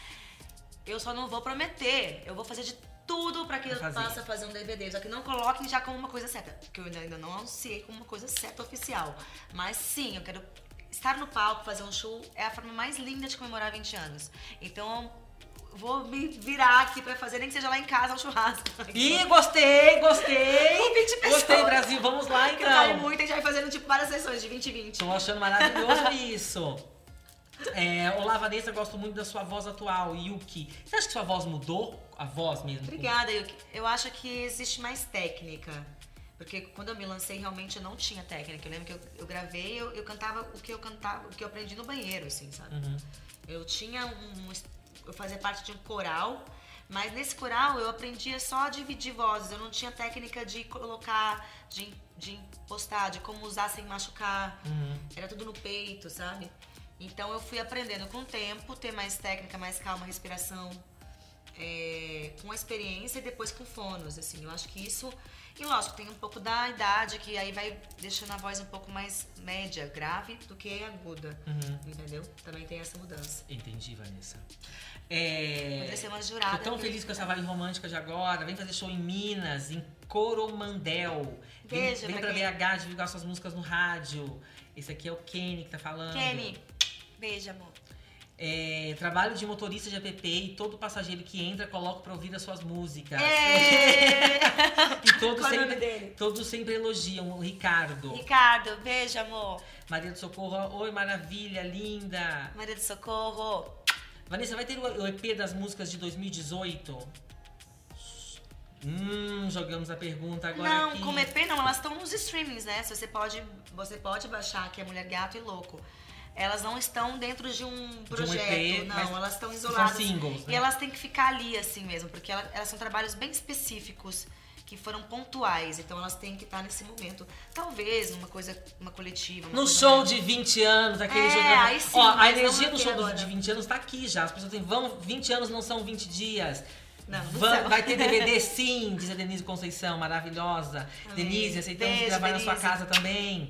Speaker 2: Eu só não vou prometer. Eu vou fazer de tudo pra que eu
Speaker 1: Pra fazer.
Speaker 2: possa fazer um DVD. Só que não coloquem já como uma coisa certa, porque eu ainda- ainda não anunciei como uma coisa certa oficial. Mas sim, eu quero estar no palco, fazer um show, é a forma mais linda de comemorar 20 anos. Então, vou me virar aqui pra fazer, nem que seja lá em casa, um churrasco.
Speaker 1: Ih, gostei, gostei.
Speaker 2: Com 20 pessoas.
Speaker 1: Gostei, Brasil. Vamos lá,
Speaker 2: que vale
Speaker 1: então.
Speaker 2: muito, a gente vai fazendo tipo várias sessões de 20 e 20.
Speaker 1: Tô achando maravilhoso isso. É, olá, Vanessa, eu gosto muito da sua voz atual, Yuki. Você acha que sua voz mudou? A voz mesmo?
Speaker 2: Obrigada, Yuki. Eu acho que existe mais técnica. Porque quando eu me lancei, realmente eu não tinha técnica. Eu lembro que eu, eu gravei, eu, eu cantava o que eu cantava, o que eu aprendi no banheiro, assim, sabe?
Speaker 1: Uhum.
Speaker 2: Eu tinha um. um es- Eu fazia parte de um coral, mas nesse coral eu aprendia só a dividir vozes. Eu não tinha técnica de colocar, de, de impostar, de como usar sem machucar.
Speaker 1: Hum,
Speaker 2: Era tudo no peito, sabe? Então eu fui aprendendo com o tempo, ter mais técnica, mais calma, respiração, é, com a experiência e depois com fonos, assim. Eu acho que isso. E lógico, tem um pouco da idade que aí vai deixando a voz um pouco mais média, grave do que aguda.
Speaker 1: Uhum.
Speaker 2: Entendeu? Também tem essa mudança.
Speaker 1: Entendi, Vanessa. É,
Speaker 2: Poderia ser uma
Speaker 1: Tô
Speaker 2: jurada.
Speaker 1: tão feliz com essa vibe romântica de agora. Vem fazer show em Minas, em Coromandel. Vem-
Speaker 2: Beijo
Speaker 1: vem
Speaker 2: pra
Speaker 1: pra BH divulgar suas músicas no rádio. Esse aqui é o Kenny que tá falando.
Speaker 2: Kenny, beijo, amor.
Speaker 1: É, trabalho de motorista de app e todo passageiro que entra coloca pra ouvir as suas músicas.
Speaker 2: É.
Speaker 1: E todos
Speaker 2: Qual é o nome
Speaker 1: sempre,
Speaker 2: dele?
Speaker 1: todos sempre elogiam o Ricardo.
Speaker 2: Ricardo, beijo, amor.
Speaker 1: Maria do Socorro, oi, maravilha, linda.
Speaker 2: Maria do Socorro.
Speaker 1: Vanessa, vai ter o EP das músicas de 2018? Hum, jogamos a pergunta agora
Speaker 2: não,
Speaker 1: aqui.
Speaker 2: como EP não, elas estão nos streamings, né? Se Você pode, você pode baixar que é Mulher Gato e Louco. Elas não estão dentro de um projeto,
Speaker 1: EP, mas
Speaker 2: não, elas estão
Speaker 1: são
Speaker 2: isoladas.
Speaker 1: singles, né?
Speaker 2: E elas têm que ficar ali assim mesmo, porque ela- elas são trabalhos bem específicos que foram pontuais, então elas têm que estar nesse momento. Talvez uma coisa, uma coletiva, uma
Speaker 1: No
Speaker 2: coisa
Speaker 1: show
Speaker 2: mais-
Speaker 1: de 20 anos, aquele
Speaker 2: É,
Speaker 1: jogando.
Speaker 2: aí sim,
Speaker 1: Ó, a
Speaker 2: mas não
Speaker 1: energia do
Speaker 2: aqui
Speaker 1: show do-
Speaker 2: agora.
Speaker 1: de 20 anos tá aqui já. As pessoas têm, vão, 20 anos não são 20 dias.
Speaker 2: Não, no
Speaker 1: Vam-
Speaker 2: céu.
Speaker 1: vai ter DVD sim, diz a Denise Conceição, maravilhosa.
Speaker 2: Amém.
Speaker 1: Denise, aceitamos
Speaker 2: Beijo,
Speaker 1: gravar na sua
Speaker 2: Denise.
Speaker 1: casa também.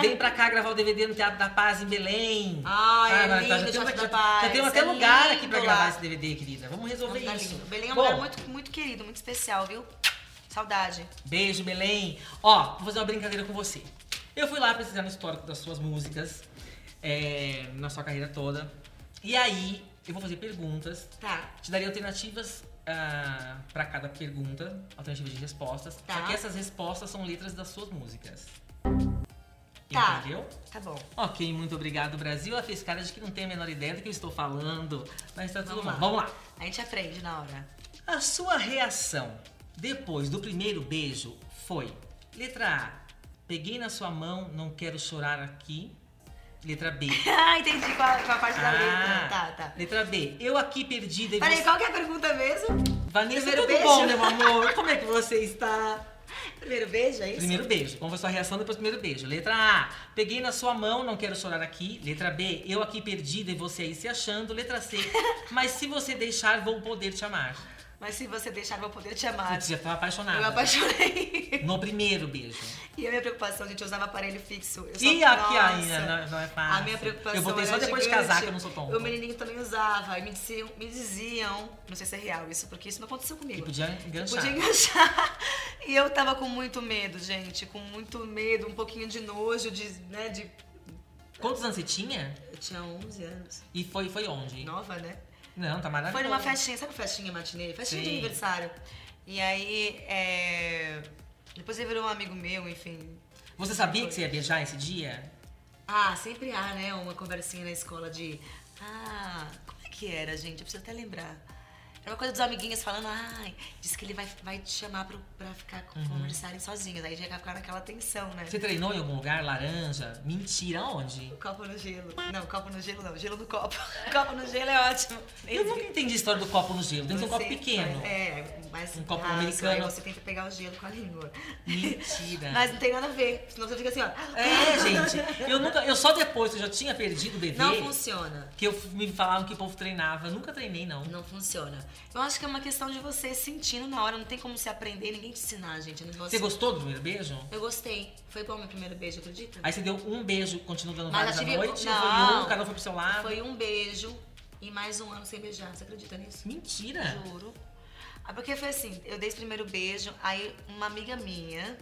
Speaker 1: Vem pra cá gravar o DVD no Teatro da Paz, em Belém. Ah,
Speaker 2: Ai, é
Speaker 1: mas
Speaker 2: lindo
Speaker 1: já
Speaker 2: o
Speaker 1: temos-
Speaker 2: Teatro
Speaker 1: já-
Speaker 2: da
Speaker 1: Já
Speaker 2: Paz,
Speaker 1: temos até
Speaker 2: é
Speaker 1: lugar
Speaker 2: lindo
Speaker 1: aqui pra
Speaker 2: lá.
Speaker 1: gravar esse DVD, querida. Vamos resolver
Speaker 2: Não, tá
Speaker 1: isso.
Speaker 2: lindo. Belém é um
Speaker 1: Bom,
Speaker 2: lugar muito, muito querido, muito especial, viu? Saudade.
Speaker 1: Beijo, Belém. Ó, vou fazer uma brincadeira com você. Eu fui lá pesquisar no histórico das suas músicas, é, na sua carreira toda. E aí, eu vou fazer perguntas.
Speaker 2: Tá.
Speaker 1: Te darei alternativas ah, pra cada pergunta, alternativas de respostas.
Speaker 2: Tá.
Speaker 1: Só que essas respostas são letras das suas músicas.
Speaker 2: Tá.
Speaker 1: Entendeu?
Speaker 2: Tá bom.
Speaker 1: Ok, muito obrigado, Brasil. Ela fez cara de que não tem a menor ideia do que eu estou falando. Mas tá tudo
Speaker 2: Vamos lá.
Speaker 1: bom. Vamos lá.
Speaker 2: A gente aprende na hora.
Speaker 1: A sua reação depois do primeiro beijo foi: letra A, peguei na sua mão, não quero chorar aqui. Letra B.
Speaker 2: Ah, entendi qual, qual a parte da letra.
Speaker 1: Ah,
Speaker 2: Tá, tá.
Speaker 1: Letra B. Eu aqui perdida e
Speaker 2: Peraí,
Speaker 1: você.
Speaker 2: qual que é a pergunta mesmo?
Speaker 1: Vanessa,
Speaker 2: Primeiro
Speaker 1: é tudo
Speaker 2: beijo?
Speaker 1: bom, meu amor? Como é que você está?
Speaker 2: Primeiro beijo, é isso?
Speaker 1: Primeiro beijo. Como foi sua reação depois do primeiro beijo? Letra A. Peguei na sua mão, não quero chorar aqui. Letra B. Eu aqui perdida e você aí se achando. Letra C. Mas se você deixar, vou poder te amar.
Speaker 2: Mas se você deixar, eu vou poder te amar.
Speaker 1: Você já tava apaixonada.
Speaker 2: Eu me apaixonei.
Speaker 1: No primeiro beijo.
Speaker 2: E a minha preocupação, gente, eu usava aparelho fixo. Eu só-
Speaker 1: E aqui
Speaker 2: Nossa.
Speaker 1: ainda não, não é fácil.
Speaker 2: A minha preocupação
Speaker 1: Eu botei só
Speaker 2: era
Speaker 1: depois de
Speaker 2: gigante.
Speaker 1: casar, que eu não sou tonta.
Speaker 2: O menininho também usava. E me diziam, me diziam, não sei se é real isso, porque isso não aconteceu comigo.
Speaker 1: E podia enganchar.
Speaker 2: Podia enganchar. E eu tava com muito medo, gente. Com muito medo, um pouquinho de nojo, de, né, de...
Speaker 1: Quantos anos você tinha?
Speaker 2: Eu tinha 11 anos.
Speaker 1: E foi, foi onde?
Speaker 2: Nova, né?
Speaker 1: Não, tá maravilhoso.
Speaker 2: Foi numa festinha, sabe festinha matinê? Festinha
Speaker 1: Sim.
Speaker 2: de aniversário. E aí, é... Depois ele virou um amigo meu, enfim.
Speaker 1: Você sabia que você ia beijar esse dia?
Speaker 2: Ah, sempre há, né? Uma conversinha na escola de. Ah, como é que era, gente? Eu preciso até lembrar. Era uma coisa dos amiguinhos falando, ai, disse que ele vai, vai te chamar pro, pra ficar com- conversarem sozinhos. Aí já ia ficar naquela tensão, né?
Speaker 1: Uhum. Você treinou em algum lugar? Laranja? Mentira, onde?
Speaker 2: O Copo no gelo. Não, copo no gelo não, gelo no copo. copo no gelo é ótimo.
Speaker 1: Eu nunca entendi a história do copo no gelo. Tem que ser um copo
Speaker 2: Você-
Speaker 1: pequeno.
Speaker 2: É, mas.
Speaker 1: Um copo
Speaker 2: ah,
Speaker 1: americano.
Speaker 2: Aí você tem que pegar o gelo com a língua.
Speaker 1: Mentira.
Speaker 2: Mas não tem nada a ver, senão você fica assim, ó.
Speaker 1: É, gente. Eu nunca. Eu só depois que eu já tinha perdido o bebê.
Speaker 2: Não funciona.
Speaker 1: que eu me falavam que o povo treinava. Nunca treinei, não.
Speaker 2: Não funciona. Eu acho que é uma questão de você sentindo na hora. Não tem como se aprender, ninguém te ensinar, gente. é um negócio-
Speaker 1: Você gostou do primeiro beijo?
Speaker 2: Eu gostei. Foi bom meu primeiro beijo, acredita?
Speaker 1: Aí você deu um beijo, continuou dando vários
Speaker 2: Mas eu
Speaker 1: à
Speaker 2: tive-
Speaker 1: noite,
Speaker 2: não.
Speaker 1: foi um, cada um foi pro seu lado.
Speaker 2: Foi um beijo e mais um ano sem beijar. Você acredita nisso?
Speaker 1: Mentira!
Speaker 2: Juro. Ah, Porque foi assim, eu dei esse primeiro beijo, aí uma amiga minha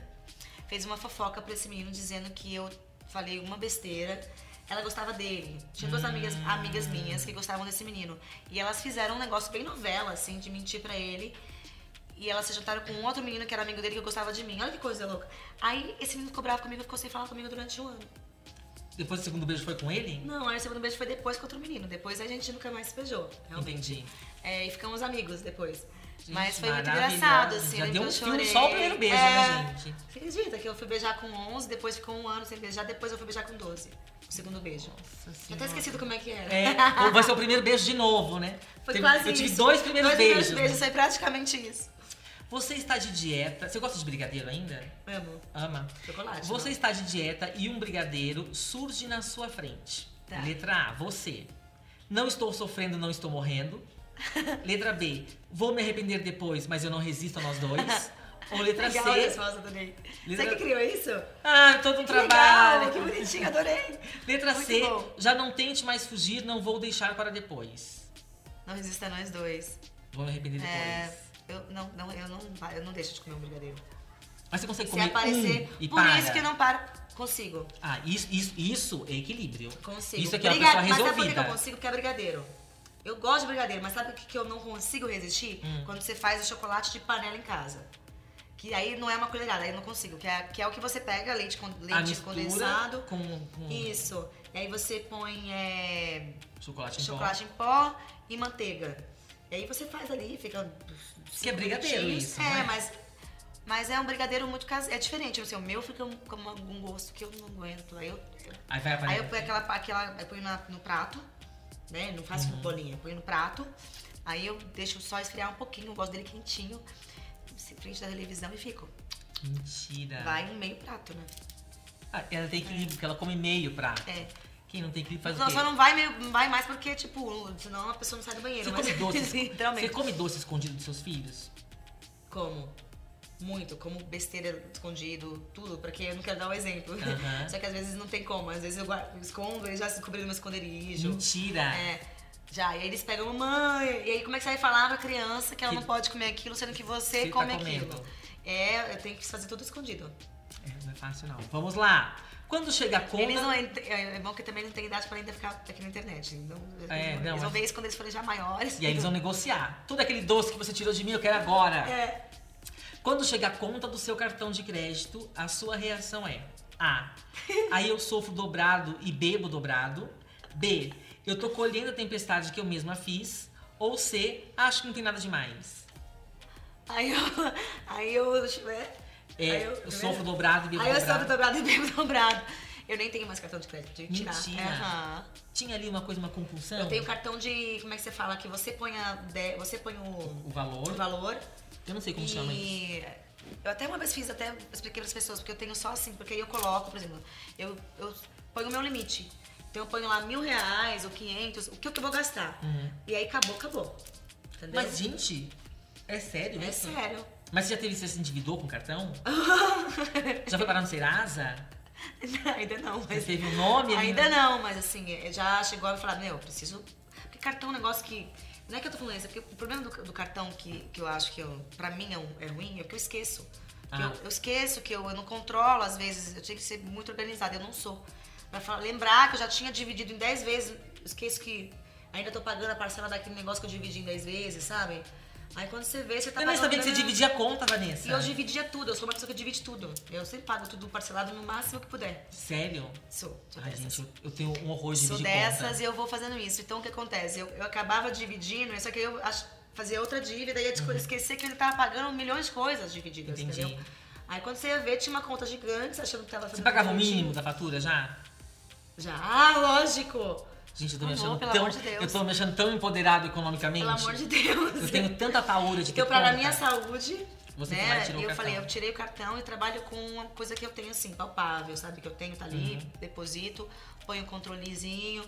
Speaker 2: fez uma fofoca pra esse menino dizendo que eu falei uma besteira. Ela gostava dele. Tinha duas amigas, amigas minhas que gostavam desse menino. E elas fizeram um negócio bem novela, assim, de mentir pra ele. E elas se juntaram com um outro menino que era amigo dele que gostava de mim. Olha que coisa louca. Aí esse menino ficou bravo comigo e ficou sem falar comigo durante um ano.
Speaker 1: Depois do segundo beijo foi com ele?
Speaker 2: Não, aí o segundo beijo foi depois com outro menino. Depois a gente nunca mais se beijou. realmente.
Speaker 1: Entendi.
Speaker 2: É, e ficamos amigos depois.
Speaker 1: Gente,
Speaker 2: Mas foi muito
Speaker 1: maravilhosa.
Speaker 2: engraçado, assim.
Speaker 1: Já
Speaker 2: eu
Speaker 1: deu um
Speaker 2: lembro que eu
Speaker 1: filme
Speaker 2: chorei.
Speaker 1: só o primeiro beijo,
Speaker 2: É.
Speaker 1: né, gente?
Speaker 2: Você acredita que eu fui beijar com 11, depois ficou um ano sem beijar, depois eu fui beijar com 12. O segundo beijo. Já até esquecido como é que era.
Speaker 1: É, ou vai ser o primeiro beijo de novo, né?
Speaker 2: Foi
Speaker 1: Teve-
Speaker 2: quase
Speaker 1: Eu tive
Speaker 2: isso.
Speaker 1: dois primeiros beijos.
Speaker 2: foi praticamente isso.
Speaker 1: Você está de dieta. Você gosta de brigadeiro ainda?
Speaker 2: Amo.
Speaker 1: Ama.
Speaker 2: Chocolate.
Speaker 1: Você
Speaker 2: não.
Speaker 1: está de dieta e um brigadeiro surge na sua frente.
Speaker 2: Tá.
Speaker 1: Letra A, você. Não estou sofrendo, não estou morrendo. Letra B, vou me arrepender depois, mas eu não resisto a nós dois. Ou letra
Speaker 2: Legal a
Speaker 1: C.
Speaker 2: resposta, adorei.
Speaker 1: Letra-
Speaker 2: Você que criou isso?
Speaker 1: Ah, todo um
Speaker 2: Que
Speaker 1: trabalho.
Speaker 2: Legal, que bonitinho, adorei.
Speaker 1: Letra
Speaker 2: Muito
Speaker 1: C,
Speaker 2: bom.
Speaker 1: já não tente mais fugir, não vou deixar para depois.
Speaker 2: Não resista a nós dois.
Speaker 1: Vou me arrepender depois.
Speaker 2: É, eu, não, não, eu, não, eu não deixo de comer um brigadeiro.
Speaker 1: Mas você consegue
Speaker 2: Se
Speaker 1: comer
Speaker 2: aparecer,
Speaker 1: um e
Speaker 2: por
Speaker 1: para.
Speaker 2: isso que eu não paro. Consigo.
Speaker 1: Ah, isso, isso, isso é equilíbrio.
Speaker 2: Consigo.
Speaker 1: Isso aqui é uma
Speaker 2: Briga-
Speaker 1: pessoa
Speaker 2: Mas sabe por que que
Speaker 1: resolvida.
Speaker 2: eu consigo? Porque é brigadeiro. Eu gosto de brigadeiro, mas sabe o que que eu não consigo resistir?
Speaker 1: Hum.
Speaker 2: Quando você faz o chocolate de panela em casa. Que aí não é uma colherada, aí eu não consigo. Que é, que é o que você pega, leite, con-
Speaker 1: a
Speaker 2: leite
Speaker 1: mistura
Speaker 2: condensado.
Speaker 1: com, com
Speaker 2: Isso. E aí você põe é,
Speaker 1: chocolate em pó.
Speaker 2: chocolate em pó e manteiga. E aí você faz ali, fica.
Speaker 1: Que é brigadeiro
Speaker 2: minutinhos.
Speaker 1: isso,
Speaker 2: É,
Speaker 1: não é?
Speaker 2: mas. Mas é um brigadeiro muito caseiro. É diferente. Assim, o meu fica um- com algum gosto que eu não aguento. Aí eu- eu
Speaker 1: Aí vai
Speaker 2: Aí
Speaker 1: aparecer.
Speaker 2: eu ponho aquela, aquela eu ponho na- no prato, né? Não faço
Speaker 1: Uhum.
Speaker 2: bolinha, eu ponho no prato. Aí eu deixo só esfriar um pouquinho, eu gosto dele quentinho. Se frente da televisão e fico.
Speaker 1: Mentira.
Speaker 2: Vai um meio prato, né?
Speaker 1: Ah, ela tem equilíbrio, porque ela come meio prato.
Speaker 2: É.
Speaker 1: Quem não tem equilíbrio faz
Speaker 2: não,
Speaker 1: o quê?
Speaker 2: só não vai, meio, não vai mais porque, tipo, senão a pessoa não sai do banheiro.
Speaker 1: Você
Speaker 2: mas-
Speaker 1: come doce?
Speaker 2: literalmente.
Speaker 1: Você come doce escondido dos seus filhos?
Speaker 2: Como? Muito, como besteira escondido, tudo, porque eu não quero dar o exemplo.
Speaker 1: Aham.
Speaker 2: Só que às vezes não tem como, às vezes eu, guardo, eu escondo, eles já descobriram meu esconderijo.
Speaker 1: Mentira.
Speaker 2: É, já. E aí eles pegam, mamãe. E aí como é que você vai falar pra criança que ela
Speaker 1: Que-
Speaker 2: não pode comer aquilo, sendo que você
Speaker 1: Você tá
Speaker 2: come
Speaker 1: comendo.
Speaker 2: aquilo? É, eu tenho que fazer tudo escondido.
Speaker 1: É, Não é fácil não. Vamos lá. Quando chega a conta...
Speaker 2: Eles não ent- é é bom que também não tem idade pra ainda ficar aqui na internet. Então,
Speaker 1: É,
Speaker 2: eles
Speaker 1: não,
Speaker 2: vão
Speaker 1: mas-
Speaker 2: ver isso quando eles forem já maiores.
Speaker 1: E aí eles vão negociar. Tudo aquele doce que você tirou de mim, eu quero agora.
Speaker 2: É,
Speaker 1: Quando chega a conta do seu cartão de crédito, a sua reação é: A. Aí eu sofro dobrado e bebo dobrado. B. Eu tô colhendo a tempestade que eu mesma fiz. Ou C. Acho que não tem nada demais.
Speaker 2: aí eu. Aí eu. deixa eu ver.
Speaker 1: É,
Speaker 2: Aí
Speaker 1: eu,
Speaker 2: tá
Speaker 1: sofro
Speaker 2: vendo?
Speaker 1: dobrado e bebo
Speaker 2: Aí eu
Speaker 1: dobrado.
Speaker 2: sou dobrado e bebo dobrado. Eu nem tenho mais cartão de crédito de tirar.
Speaker 1: Mentira.
Speaker 2: Aham.
Speaker 1: Tinha ali uma coisa, uma compulsão.
Speaker 2: Eu tenho cartão de. Como é que você fala? Que você põe a. de- Você põe o,
Speaker 1: o valor.
Speaker 2: o valor
Speaker 1: Eu não sei como chama isso.
Speaker 2: E eu até uma vez fiz, até expliquei para as pessoas, porque eu tenho só assim, porque aí eu coloco, por exemplo, eu, eu ponho o meu limite. Então eu ponho lá mil reais ou quinhentos, o que eu vou gastar. E aí acabou, acabou. Entendeu?
Speaker 1: Uhum. Mas, gente, é sério
Speaker 2: é
Speaker 1: isso?
Speaker 2: sério.
Speaker 1: Mas você já teve, você se endividou com o cartão? já foi parar no Serasa?
Speaker 2: Ainda não,
Speaker 1: Você
Speaker 2: mas.
Speaker 1: teve o nome? né? ali
Speaker 2: Ainda
Speaker 1: na-
Speaker 2: não, mas assim, eu já chegou a me falar, meu, eu preciso. Porque cartão é um negócio que. Não é que eu tô falando isso, é porque o problema do, do cartão que, que eu acho que eu, pra mim é, um- é ruim é que eu esqueço. Que
Speaker 1: Ah.
Speaker 2: eu, eu esqueço, que eu, eu não controlo, às vezes, eu tinha que ser muito organizada, eu não sou. Pra falar- lembrar que eu já tinha dividido em 10 vezes, eu esqueço que ainda tô pagando a parcela daquele negócio que eu dividi em 10 vezes, sabe? Aí quando você vê, você tá
Speaker 1: Eu nem sabia que você
Speaker 2: grana-
Speaker 1: dividia a conta, Vanessa.
Speaker 2: E eu dividia tudo, eu sou uma pessoa que divide tudo. Eu sempre pago tudo parcelado no máximo que puder.
Speaker 1: Sério?
Speaker 2: Sou, sou
Speaker 1: Ai,
Speaker 2: dessas.
Speaker 1: gente, eu, eu tenho um horror de
Speaker 2: Sou
Speaker 1: dividir
Speaker 2: dessas
Speaker 1: conta.
Speaker 2: e eu vou fazendo isso. Então o que acontece? Eu, eu acabava dividindo, só que eu ach- fazia outra dívida e ia desco- esquecer que ele tava pagando milhões de coisas divididas,
Speaker 1: Uhum. Entendi.
Speaker 2: entendeu? Aí quando você ia ver, tinha uma conta gigante, você achando que tava fazendo.
Speaker 1: Você pagava o
Speaker 2: direitinho.
Speaker 1: mínimo da fatura já?
Speaker 2: Já, ah, lógico!
Speaker 1: Gente, eu tô me
Speaker 2: Amor,
Speaker 1: achando
Speaker 2: Uhum, pelo
Speaker 1: tão.
Speaker 2: amor de Deus.
Speaker 1: Eu tô me achando tão empoderado economicamente.
Speaker 2: Pelo amor de Deus.
Speaker 1: Eu tenho tanta paura de
Speaker 2: Então,
Speaker 1: ter
Speaker 2: pra
Speaker 1: conta.
Speaker 2: minha saúde,
Speaker 1: Você foi lá e
Speaker 2: né?
Speaker 1: tirou o
Speaker 2: E eu
Speaker 1: cartão.
Speaker 2: falei, eu tirei o cartão e trabalho com uma coisa que eu tenho assim, palpável, sabe? Que eu tenho, tá ali,
Speaker 1: Uhum.
Speaker 2: deposito, ponho um controlezinho.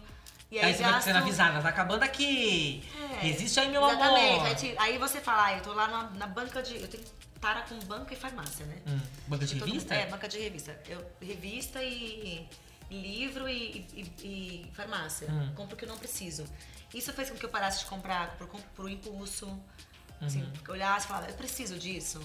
Speaker 2: E aí,
Speaker 1: Aí você vai
Speaker 2: gasto-
Speaker 1: sendo avisada, tá acabando aqui.
Speaker 2: É.
Speaker 1: Resiste aí, meu
Speaker 2: Exatamente.
Speaker 1: amor.
Speaker 2: Aí, te- aí você fala, ah, eu tô lá na, na banca de. Eu tenho tara com banca e farmácia, né?
Speaker 1: Hum, banca de
Speaker 2: Eu tô com-
Speaker 1: revista?
Speaker 2: É, banca de revista. Eu, revista e, e livro e, e- e
Speaker 1: Hum.
Speaker 2: farmácia. Compro o que eu não preciso. Isso fez com que eu parasse de comprar por, com- por impulso.
Speaker 1: Uhum.
Speaker 2: Assim, olhasse e falar, eu preciso disso.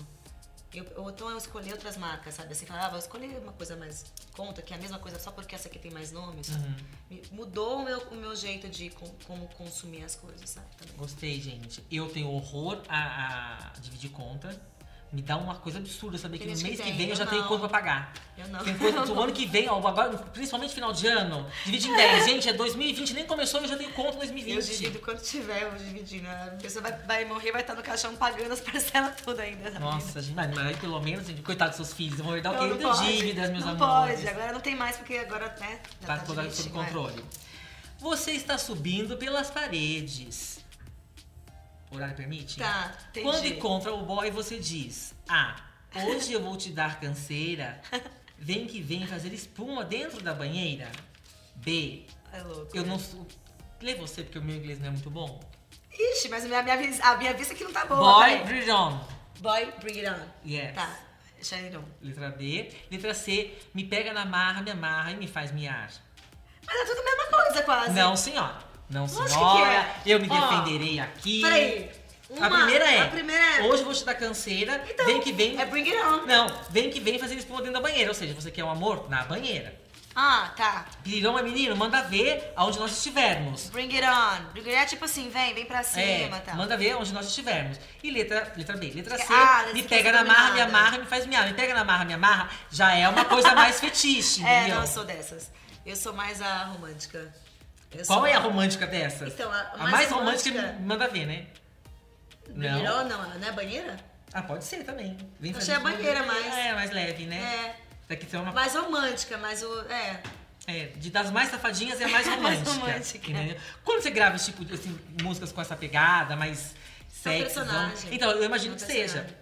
Speaker 2: Eu, ou então eu escolhi outras marcas, sabe? Assim, falava, ah, vou escolher uma coisa mais conta, que é a mesma coisa só porque essa aqui tem mais nomes.
Speaker 1: Uhum.
Speaker 2: Me- Mudou o meu, o meu jeito de com- como consumir as coisas, sabe? Também.
Speaker 1: Gostei, gente. Eu tenho horror a, a dividir conta. Me dá uma coisa absurda saber
Speaker 2: Tem
Speaker 1: que no
Speaker 2: gente que
Speaker 1: mês que vem,
Speaker 2: tem,
Speaker 1: eu
Speaker 2: eu
Speaker 1: já tenho
Speaker 2: não.
Speaker 1: conta pra pagar.
Speaker 2: Eu não.
Speaker 1: Tem coisa que o ano que vem, ó, agora, principalmente final de ano, divide em 10. Gente, é 2020, nem começou e eu já tenho conta em 2020.
Speaker 2: Eu divido quando tiver, eu vou dividindo. A pessoa vai, vai morrer, vai estar no caixão pagando as parcelas todas ainda. sabe?
Speaker 1: Nossa, gente, mas, mas aí pelo menos, gente, coitado dos seus filhos, eu vou herdar o
Speaker 2: Não,
Speaker 1: quê?
Speaker 2: não
Speaker 1: Muitas
Speaker 2: pode.
Speaker 1: dívidas, meus
Speaker 2: não
Speaker 1: amores.
Speaker 2: pode, agora não tem mais, porque agora, né? já
Speaker 1: Tá tudo sob
Speaker 2: direitinho, né?
Speaker 1: controle. Você está subindo pelas paredes. O horário permite?
Speaker 2: Tá, entendi.
Speaker 1: Quando encontra o boy, você diz: Ah, hoje eu vou te dar canseira. Vem que vem fazer espuma dentro da banheira. B.
Speaker 2: É louco.
Speaker 1: Eu
Speaker 2: né?
Speaker 1: não sou. Lê você, porque o meu inglês não é muito bom.
Speaker 2: Ixi, mas a minha, a minha vis- a minha vista aqui não tá boa.
Speaker 1: boy,
Speaker 2: peraí.
Speaker 1: bring on.
Speaker 2: Boy, bring it on.
Speaker 1: Yes.
Speaker 2: Tá, shine it on.
Speaker 1: Letra B. Letra C. Me pega na marra, me amarra e me faz miar.
Speaker 2: Mas é tudo a mesma coisa, quase.
Speaker 1: Não, senhora. Não,
Speaker 2: Lógico que
Speaker 1: senhora.
Speaker 2: é.
Speaker 1: Eu me
Speaker 2: Ó,
Speaker 1: defenderei aqui.
Speaker 2: Peraí. Uma,
Speaker 1: a primeira é.
Speaker 2: A primeira é.
Speaker 1: Hoje eu vou te dar canseira.
Speaker 2: Então,
Speaker 1: vem que vem.
Speaker 2: É bring it on.
Speaker 1: Não, vem que vem fazer espuma dentro da banheira. Ou seja, você quer um amor? Na banheira.
Speaker 2: Ah, tá.
Speaker 1: Pirirão é menino, manda ver aonde nós estivermos.
Speaker 2: Bring it on. Bring it on é tipo assim, vem, vem pra cima
Speaker 1: É,
Speaker 2: tá.
Speaker 1: manda ver onde nós estivermos. E letra, letra B, letra C,
Speaker 2: Ah, letra
Speaker 1: me
Speaker 2: que
Speaker 1: pega
Speaker 2: você
Speaker 1: na
Speaker 2: tá
Speaker 1: marra, me
Speaker 2: dominada.
Speaker 1: amarra, me faz miar. Me pega na marra, me amarra, já é uma coisa mais fetiche,
Speaker 2: É,
Speaker 1: entendeu?
Speaker 2: não, eu sou dessas. Eu sou mais a romântica. Eu
Speaker 1: Qual
Speaker 2: sou-
Speaker 1: é a romântica dessas?
Speaker 2: Então, a- a
Speaker 1: mais,
Speaker 2: mais
Speaker 1: romântica,
Speaker 2: romântica-
Speaker 1: me manda ver, né?
Speaker 2: Bring it on, não, não é banheira?
Speaker 1: Ah, pode ser também. Vem
Speaker 2: Achei
Speaker 1: fazer
Speaker 2: a
Speaker 1: espuma
Speaker 2: banheira
Speaker 1: dentro da
Speaker 2: mais-
Speaker 1: É, mais leve, né?
Speaker 2: É.
Speaker 1: Daqui tem uma
Speaker 2: Mais romântica, mas o. É.
Speaker 1: É, de das mais safadinhas é a mais
Speaker 2: Mais
Speaker 1: romântica.
Speaker 2: romântica.
Speaker 1: entendeu? Quando você grava esse tipo de assim, músicas com essa pegada, mais sexy.
Speaker 2: personagem.
Speaker 1: Então, eu imagino
Speaker 2: É um
Speaker 1: que
Speaker 2: personagem.
Speaker 1: seja.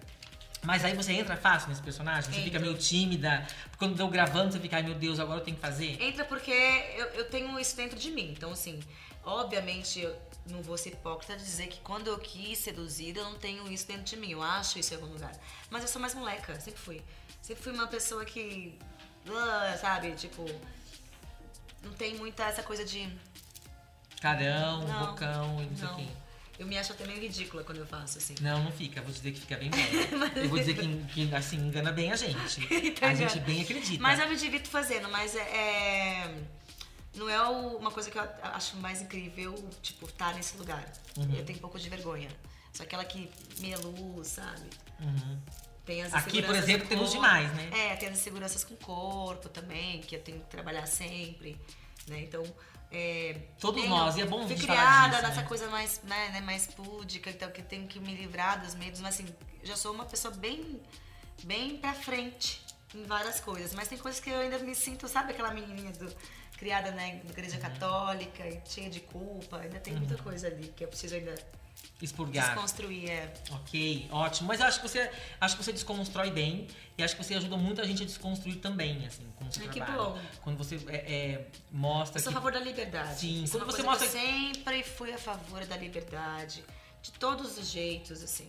Speaker 1: Mas aí você entra fácil nesse personagem, você fica
Speaker 2: Entro.
Speaker 1: meio tímida. Quando eu gravando, você fica, ai meu Deus, agora eu tenho que fazer.
Speaker 2: Entra porque eu, eu tenho isso dentro de mim. Então, assim, obviamente eu não vou ser hipócrita de dizer que quando eu quis seduzir, eu não tenho isso dentro de mim. Eu acho isso em algum lugar. Mas eu sou mais moleca, sempre fui. Sempre fui uma pessoa que. ah, sabe? Tipo. Não tem muita essa coisa de.
Speaker 1: Carão,
Speaker 2: Não,
Speaker 1: bocão e não, sei o quê.
Speaker 2: Não. Eu me acho até meio ridícula quando eu faço, assim.
Speaker 1: Não, não fica. Vou dizer que fica bem bom. eu vou dizer que, que, assim engana bem a gente. a
Speaker 2: Entendeu?
Speaker 1: gente bem acredita.
Speaker 2: Então Mas eu me divirto fazendo, mas é. é- não é o- uma coisa que eu acho mais incrível, tipo, estar nesse lugar.
Speaker 1: Uhum.
Speaker 2: Eu tenho um pouco de vergonha. Só aquela que meia luz, sabe?
Speaker 1: Uhum.
Speaker 2: Tem as
Speaker 1: Aqui, por
Speaker 2: inseguranças
Speaker 1: exemplo,
Speaker 2: com
Speaker 1: temos
Speaker 2: corpo.
Speaker 1: demais, né?
Speaker 2: É, tem as inseguranças com o corpo também, que eu tenho que trabalhar sempre, né? Então, é,
Speaker 1: Todos
Speaker 2: tenho-
Speaker 1: nós, e é bom a
Speaker 2: Fui
Speaker 1: gente falar
Speaker 2: criada
Speaker 1: disso,
Speaker 2: nessa
Speaker 1: né?
Speaker 2: coisa mais, né, né, mais púdica, então que eu tenho que me livrar dos medos, mas assim, já sou uma pessoa bem, bem pra frente em várias coisas, mas tem coisas que eu ainda me sinto, sabe aquela menininha do- criada na
Speaker 1: Uhum.
Speaker 2: igreja católica e cheia de culpa, ainda tem muita coisa ali que eu preciso ainda
Speaker 1: Expurgar.
Speaker 2: desconstruir, é.
Speaker 1: Ok, ótimo. Mas eu acho que você acho que você desconstrói bem e acho que você ajuda muita gente a desconstruir também, assim, com o seu
Speaker 2: Ai, que
Speaker 1: trabalho.
Speaker 2: bom.
Speaker 1: Quando você é, é, mostra
Speaker 2: Eu sou a
Speaker 1: que-
Speaker 2: favor da liberdade.
Speaker 1: Sim,
Speaker 2: Isso é
Speaker 1: quando
Speaker 2: uma
Speaker 1: você
Speaker 2: coisa que
Speaker 1: mostra-
Speaker 2: eu sempre fui a favor da liberdade, de todos os jeitos, assim.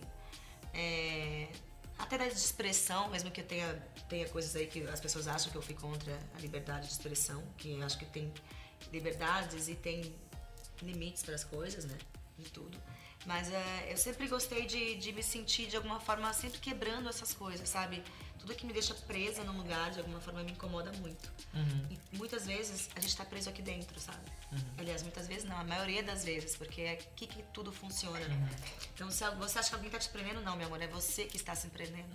Speaker 2: É, Até da de expressão, mesmo que eu tenha, tenha coisas aí que as pessoas acham que eu fui contra a liberdade de expressão, que eu acho que tem liberdades e tem limites para as coisas, né? De tudo. Mas é, eu sempre gostei de, de me sentir de alguma forma sempre quebrando essas coisas, sabe? Tudo que me deixa presa num lugar de alguma forma me incomoda muito.
Speaker 1: Uhum.
Speaker 2: E muitas vezes a gente tá preso aqui dentro, sabe? Aliás, muitas vezes não, a maioria das vezes, porque é aqui que tudo funciona. né?
Speaker 1: Uhum.
Speaker 2: Então, se al- você acha que alguém tá te prendendo, não, meu amor, é você que está se prendendo.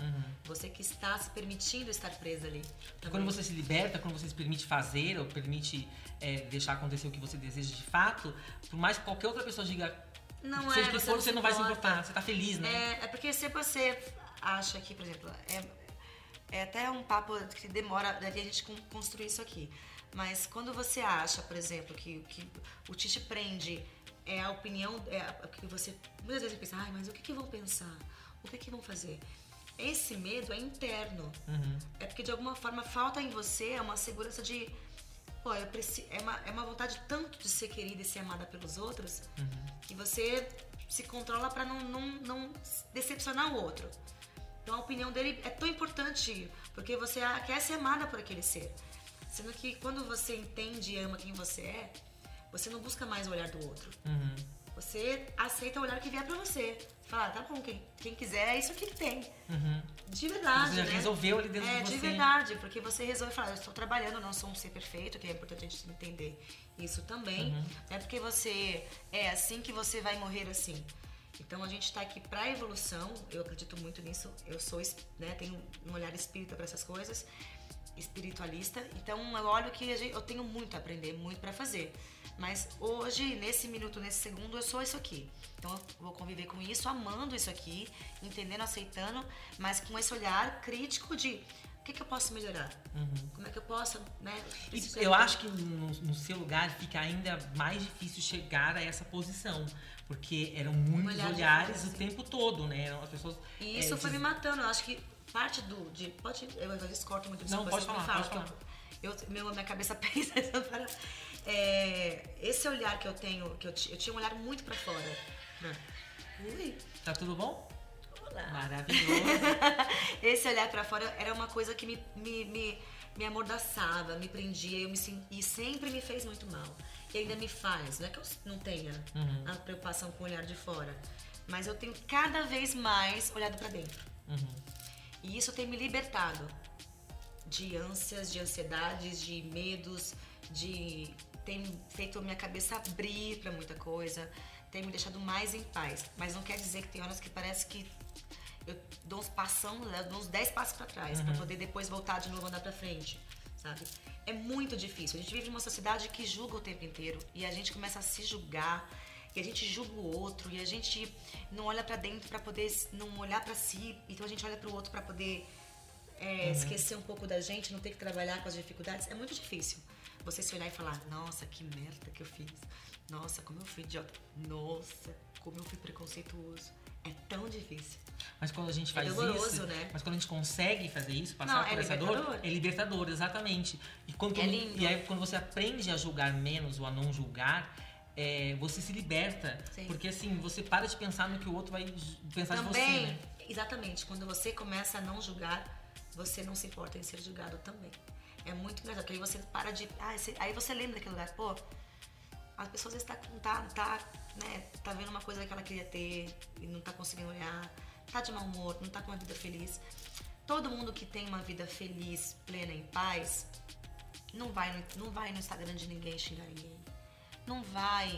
Speaker 2: Você que está se permitindo estar presa ali.
Speaker 1: Uhum. Porque quando você se liberta, quando você se permite fazer ou permite é, deixar acontecer o que você deseja de fato, por mais que qualquer outra pessoa diga
Speaker 2: Não
Speaker 1: seja
Speaker 2: é,
Speaker 1: o que
Speaker 2: você
Speaker 1: for,
Speaker 2: não
Speaker 1: você
Speaker 2: se
Speaker 1: não vai se
Speaker 2: importa.
Speaker 1: importar, você tá feliz, né?
Speaker 2: É, é porque se você acha que, por exemplo, é, é até um papo que demora daria a gente con- construir isso aqui. Mas quando você acha, por exemplo, que, o que o que te prende é a opinião, é a- o que você muitas vezes pensa, ai, mas o que, que vão pensar? O que, que vão fazer? Esse medo é interno.
Speaker 1: Uhum.
Speaker 2: É porque de alguma forma falta em você é uma segurança de. Pô, eu preciso. É uma, é uma vontade tanto de ser querida e ser amada pelos outros que você se controla pra não, não, não decepcionar o outro. Então a opinião dele é tão importante, porque você a- quer ser amada por aquele ser. Sendo que quando você entende e ama quem você é, você não busca mais o olhar do outro.
Speaker 1: Uhum.
Speaker 2: Você aceita o olhar que vier pra você. Você fala, ah, tá bom, quem, quem quiser, é isso aqui que tem.
Speaker 1: Uhum.
Speaker 2: De verdade,
Speaker 1: Você já
Speaker 2: né?
Speaker 1: resolveu ali dentro
Speaker 2: é,
Speaker 1: de você.
Speaker 2: verdade, porque você resolve falar, eu estou trabalhando, eu não sou um ser perfeito, que é importante a gente entender isso também.
Speaker 1: Uhum.
Speaker 2: É porque você é assim que você vai morrer assim. Então a gente está aqui para evolução, eu acredito muito nisso. Eu sou, es- né, tenho um olhar espírita para essas coisas, espiritualista. Então eu olho que a gente- eu tenho muito a aprender, muito para fazer. Mas hoje, nesse minuto, nesse segundo, eu sou isso aqui. Então eu vou conviver com isso, amando isso aqui, entendendo, aceitando, mas com esse olhar crítico de o que, que eu posso melhorar? Como é que eu posso, né?
Speaker 1: Uhum. E
Speaker 2: isso
Speaker 1: eu
Speaker 2: já-
Speaker 1: acho que no, no seu lugar fica ainda mais difícil chegar a essa posição. Porque eram muitos
Speaker 2: olhar de
Speaker 1: olhares
Speaker 2: fora,
Speaker 1: o
Speaker 2: assim.
Speaker 1: tempo todo, né? Eram As pessoas.
Speaker 2: E isso
Speaker 1: é,
Speaker 2: foi me
Speaker 1: diz-
Speaker 2: matando. Eu acho que parte do. De, pode, eu às vezes corto muito disso,
Speaker 1: Não,
Speaker 2: depois
Speaker 1: pode
Speaker 2: você me
Speaker 1: falar,
Speaker 2: fala,
Speaker 1: pode
Speaker 2: tá? Eu, meu, minha cabeça pensa essa parada. É, esse olhar que eu tenho, que eu, ti- eu tinha um olhar muito pra fora. Ui,
Speaker 1: Tá tudo bom?
Speaker 2: olá.
Speaker 1: Maravilhoso.
Speaker 2: Esse olhar pra fora era uma coisa que me, me, me, me amordaçava, me prendia eu me, sen- e sempre me fez muito mal. E ainda me faz. Não é que eu não tenha
Speaker 1: Uhum.
Speaker 2: a preocupação com o olhar de fora, mas eu tenho cada vez mais olhado pra dentro.
Speaker 1: Uhum.
Speaker 2: E isso tem me libertado de ânsias, de ansiedades, de medos, de tem feito a minha cabeça abrir pra muita coisa, tem me deixado mais em paz. Mas não quer dizer que tem horas que parece que eu dou uns passão, eu dou uns 10 passos pra trás pra poder depois voltar de novo andar pra frente, sabe? É muito difícil. A gente vive numa sociedade que julga o tempo inteiro e a gente começa a se julgar. E a gente julga o outro e a gente não olha pra dentro pra poder s- não olhar pra si, então a gente olha pro outro pra poder é, esquecer um pouco da gente, não ter que trabalhar com as dificuldades, é muito difícil. Você se olhar e falar, nossa, que merda que eu fiz. Nossa, como eu fui idiota. Nossa, como eu fui preconceituoso. É tão difícil.
Speaker 1: Mas quando a gente faz
Speaker 2: doloroso,
Speaker 1: isso.
Speaker 2: né?
Speaker 1: Mas quando a gente consegue fazer isso, passar
Speaker 2: Não, é
Speaker 1: por essa dor,
Speaker 2: libertador.
Speaker 1: é libertador, exatamente. E, quando,
Speaker 2: É lindo.
Speaker 1: e aí quando você aprende a julgar menos ou a não julgar. é, você se liberta,
Speaker 2: Sim.
Speaker 1: porque assim, você para de pensar no que o outro vai ju- pensar de você,
Speaker 2: também,
Speaker 1: né?
Speaker 2: exatamente, quando você começa a não julgar, você não se importa em ser julgado também. É muito engraçado, porque aí você para de. ah, esse- aí você lembra daquele lugar, pô, as pessoas estão tá, com- tá, tá, né, tá vendo uma coisa que ela queria ter e não tá conseguindo olhar, tá de mau humor, não tá com uma vida feliz. Todo mundo que tem uma vida feliz, plena, em paz, não vai no, não vai no Instagram de ninguém xingar ninguém. Não vai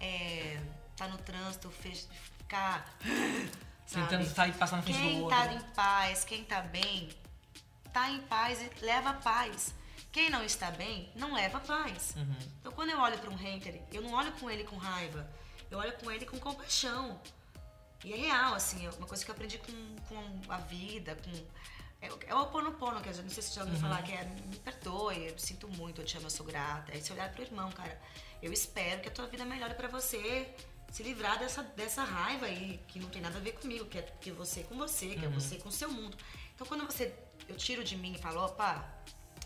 Speaker 2: é, tá no trânsito, fez, ficar. sabe?
Speaker 1: Tentando sair passar na frente do
Speaker 2: Quem
Speaker 1: outro.
Speaker 2: tá em paz, quem tá bem, tá em paz e leva paz. Quem não está bem, não leva paz.
Speaker 1: Uhum.
Speaker 2: Então quando eu olho para um hater, eu não olho com ele com raiva, eu olho com ele com compaixão. E é real, assim, é uma coisa que eu aprendi com, com a vida, com. É, o- é o oponopono, que eu não sei se você já ouviu falar, que é me perdoe, eu sinto muito, eu te amo, eu sou grata. É esse olhar pro irmão, cara. Eu espero que a tua vida melhore pra você se livrar dessa, dessa raiva aí, que não tem nada a ver comigo, que é, que é você com você, que é você com o seu mundo. Então quando você. Eu tiro de mim e falo, opa,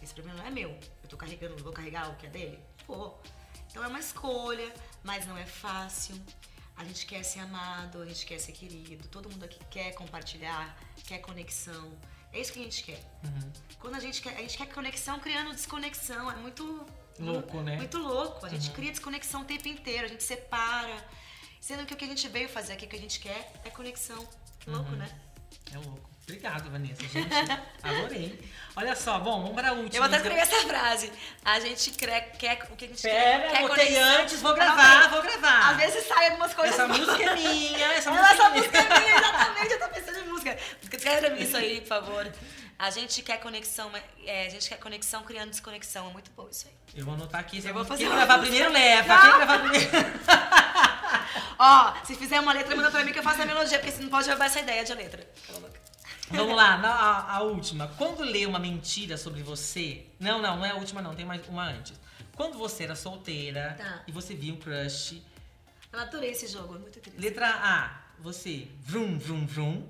Speaker 2: esse problema não é meu. Eu tô carregando, eu vou carregar o que é dele? Vou. Então é uma escolha, mas não é fácil. A gente quer ser amado, a gente quer ser querido, todo mundo aqui quer compartilhar, quer conexão. É isso que a gente quer.
Speaker 1: Uhum.
Speaker 2: Quando a gente quer, a gente quer conexão criando desconexão, é muito é
Speaker 1: Louco, né?
Speaker 2: Muito louco. A gente cria desconexão o tempo inteiro, a gente separa. Sendo que o que a gente veio fazer aqui, o que a gente quer é conexão.
Speaker 1: Uhum.
Speaker 2: Louco, né?
Speaker 1: É louco. Obrigado, Vanessa. Gente, adorei. Olha só, bom, vamos para a última.
Speaker 2: Eu vou até
Speaker 1: então.
Speaker 2: escrever essa frase. A gente cre- quer o que é a gente quer.
Speaker 1: Pera,
Speaker 2: quer
Speaker 1: botei
Speaker 2: conexão.
Speaker 1: antes, vou
Speaker 2: Ah, não,
Speaker 1: gravar,
Speaker 2: peraí.
Speaker 1: vou gravar.
Speaker 2: Às vezes assim. saem algumas coisas.
Speaker 1: Essa música é minha, essa
Speaker 2: Não,
Speaker 1: música
Speaker 2: essa
Speaker 1: é minha.
Speaker 2: música é minha, exatamente. Eu tô pensando em música. Escreve isso aí, por favor. A gente quer conexão, mas- é, a gente quer conexão criando desconexão. É muito bom isso aí.
Speaker 1: Eu vou anotar aqui. essa
Speaker 2: Eu vou
Speaker 1: música.
Speaker 2: fazer
Speaker 1: Quem
Speaker 2: uma
Speaker 1: gravar
Speaker 2: música.
Speaker 1: primeiro leva. Quem gravar primeiro.
Speaker 2: Ó, se fizer uma letra, manda pra mim que eu faço a melodia, porque você não pode roubar essa ideia de letra. Cala a boca.
Speaker 1: Vamos lá, na- a, a última. Quando lê uma mentira sobre você. Não, não, não é a última, não. Tem mais uma antes. Quando você era solteira
Speaker 2: Tá.
Speaker 1: e você viu um crush,
Speaker 2: Eu adorei esse jogo, é muito interessante.
Speaker 1: letra A, você vrum, vrum, vrum.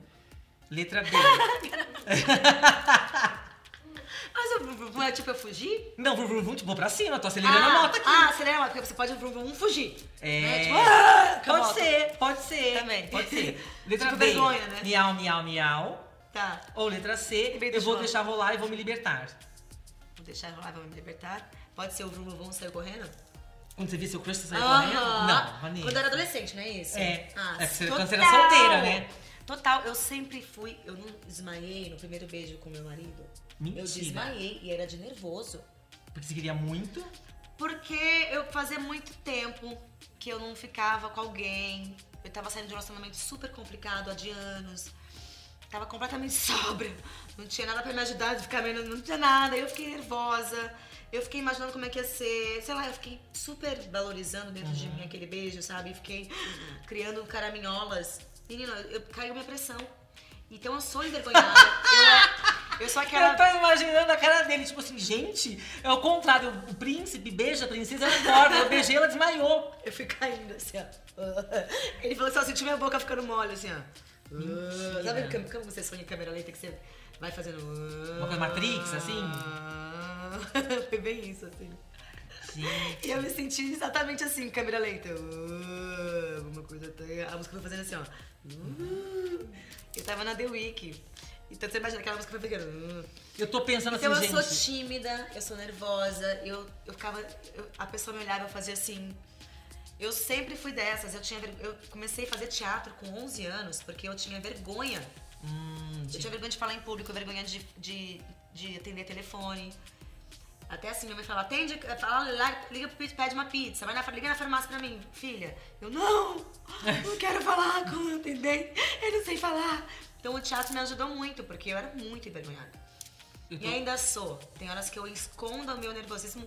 Speaker 1: Letra B.
Speaker 2: Mas o vrum, vrum, vrum é tipo eu fugir?
Speaker 1: não, vrum, vrum, vrum, tipo, vou pra cima, tô acelerando a moto aqui.
Speaker 2: Ah, acelera a moto, porque você pode vrum, vrum, fugir.
Speaker 1: É.
Speaker 2: Né? Tipo, ah, com a
Speaker 1: Pode
Speaker 2: moto.
Speaker 1: ser, pode ser.
Speaker 2: Também.
Speaker 1: Pode ser. Letra
Speaker 2: Tipo
Speaker 1: B.
Speaker 2: vergonha, né?
Speaker 1: Miau, miau, miau.
Speaker 2: Tá.
Speaker 1: Ou letra C,
Speaker 2: Em vez do
Speaker 1: eu vou
Speaker 2: João.
Speaker 1: deixar rolar e vou me libertar.
Speaker 2: Vou deixar rolar, vou me libertar. Pode ser o vrum, vrum, vrum, saiu correndo?
Speaker 1: Quando você via seu crush, você saiu
Speaker 2: Aham.
Speaker 1: correndo? Não, Vanessa.
Speaker 2: Quando eu era adolescente, não é isso?
Speaker 1: É.
Speaker 2: Ah,
Speaker 1: É, você-
Speaker 2: total.
Speaker 1: quando você era solteira, né?
Speaker 2: Total, eu sempre fui. Eu não desmaiei no primeiro beijo com meu marido.
Speaker 1: Mentira.
Speaker 2: Eu desmaiei e era de nervoso.
Speaker 1: Porque você queria muito.
Speaker 2: Porque eu fazia muito tempo que eu não ficava com alguém. Eu tava saindo de um relacionamento super complicado há de anos. Tava completamente sóbria. Não tinha nada pra me ajudar de ficar menos. Não tinha nada. Eu fiquei nervosa. Eu fiquei imaginando como é que ia ser. Sei lá, eu fiquei super valorizando dentro de mim aquele beijo, sabe? Eu Fiquei criando caraminholas. Menina, eu, eu- caiu minha pressão. Então eu sou envergonhada. eu, eu sou aquela.
Speaker 1: Eu tô imaginando a cara dele, tipo assim, gente, é o contrário. O príncipe beija a princesa, ela engorda. Eu beijei, ela desmaiou.
Speaker 2: Eu fui caindo, assim, ó. Ele falou assim, ó, senti minha boca ficando mole, assim, ó.
Speaker 1: Mentira.
Speaker 2: Sabe como, como você sonha em câmera lenta que você vai fazendo... Uma
Speaker 1: coisa Matrix, assim?
Speaker 2: Foi bem isso, assim.
Speaker 1: Gente.
Speaker 2: E eu me senti exatamente assim, em câmera lenta. Uma coisa até... A música foi fazendo assim, ó. Eu tava na The Week. Então você imagina aquela música foi ficando...
Speaker 1: Eu tô pensando
Speaker 2: Então eu
Speaker 1: assim,
Speaker 2: sou
Speaker 1: gente.
Speaker 2: tímida, eu sou nervosa, eu, eu ficava. eu- a pessoa me olhava e eu fazia assim. Eu sempre fui dessas. Eu, tinha, ver- eu comecei a fazer teatro com 11 anos porque eu tinha vergonha.
Speaker 1: Hum,
Speaker 2: Eu tinha vergonha de falar em público, vergonha de, de, de atender telefone. Até assim, minha mãe fala, atende, fala lá, liga pro pizza, pede uma pizza, vai na, fa- liga na farmácia pra mim, filha. Eu, não, não quero falar com o atendente, eu não sei falar. Então o teatro me ajudou muito, porque eu era muito envergonhada.
Speaker 1: eu
Speaker 2: E
Speaker 1: tô
Speaker 2: ainda sou. Tem horas que eu escondo o meu nervosismo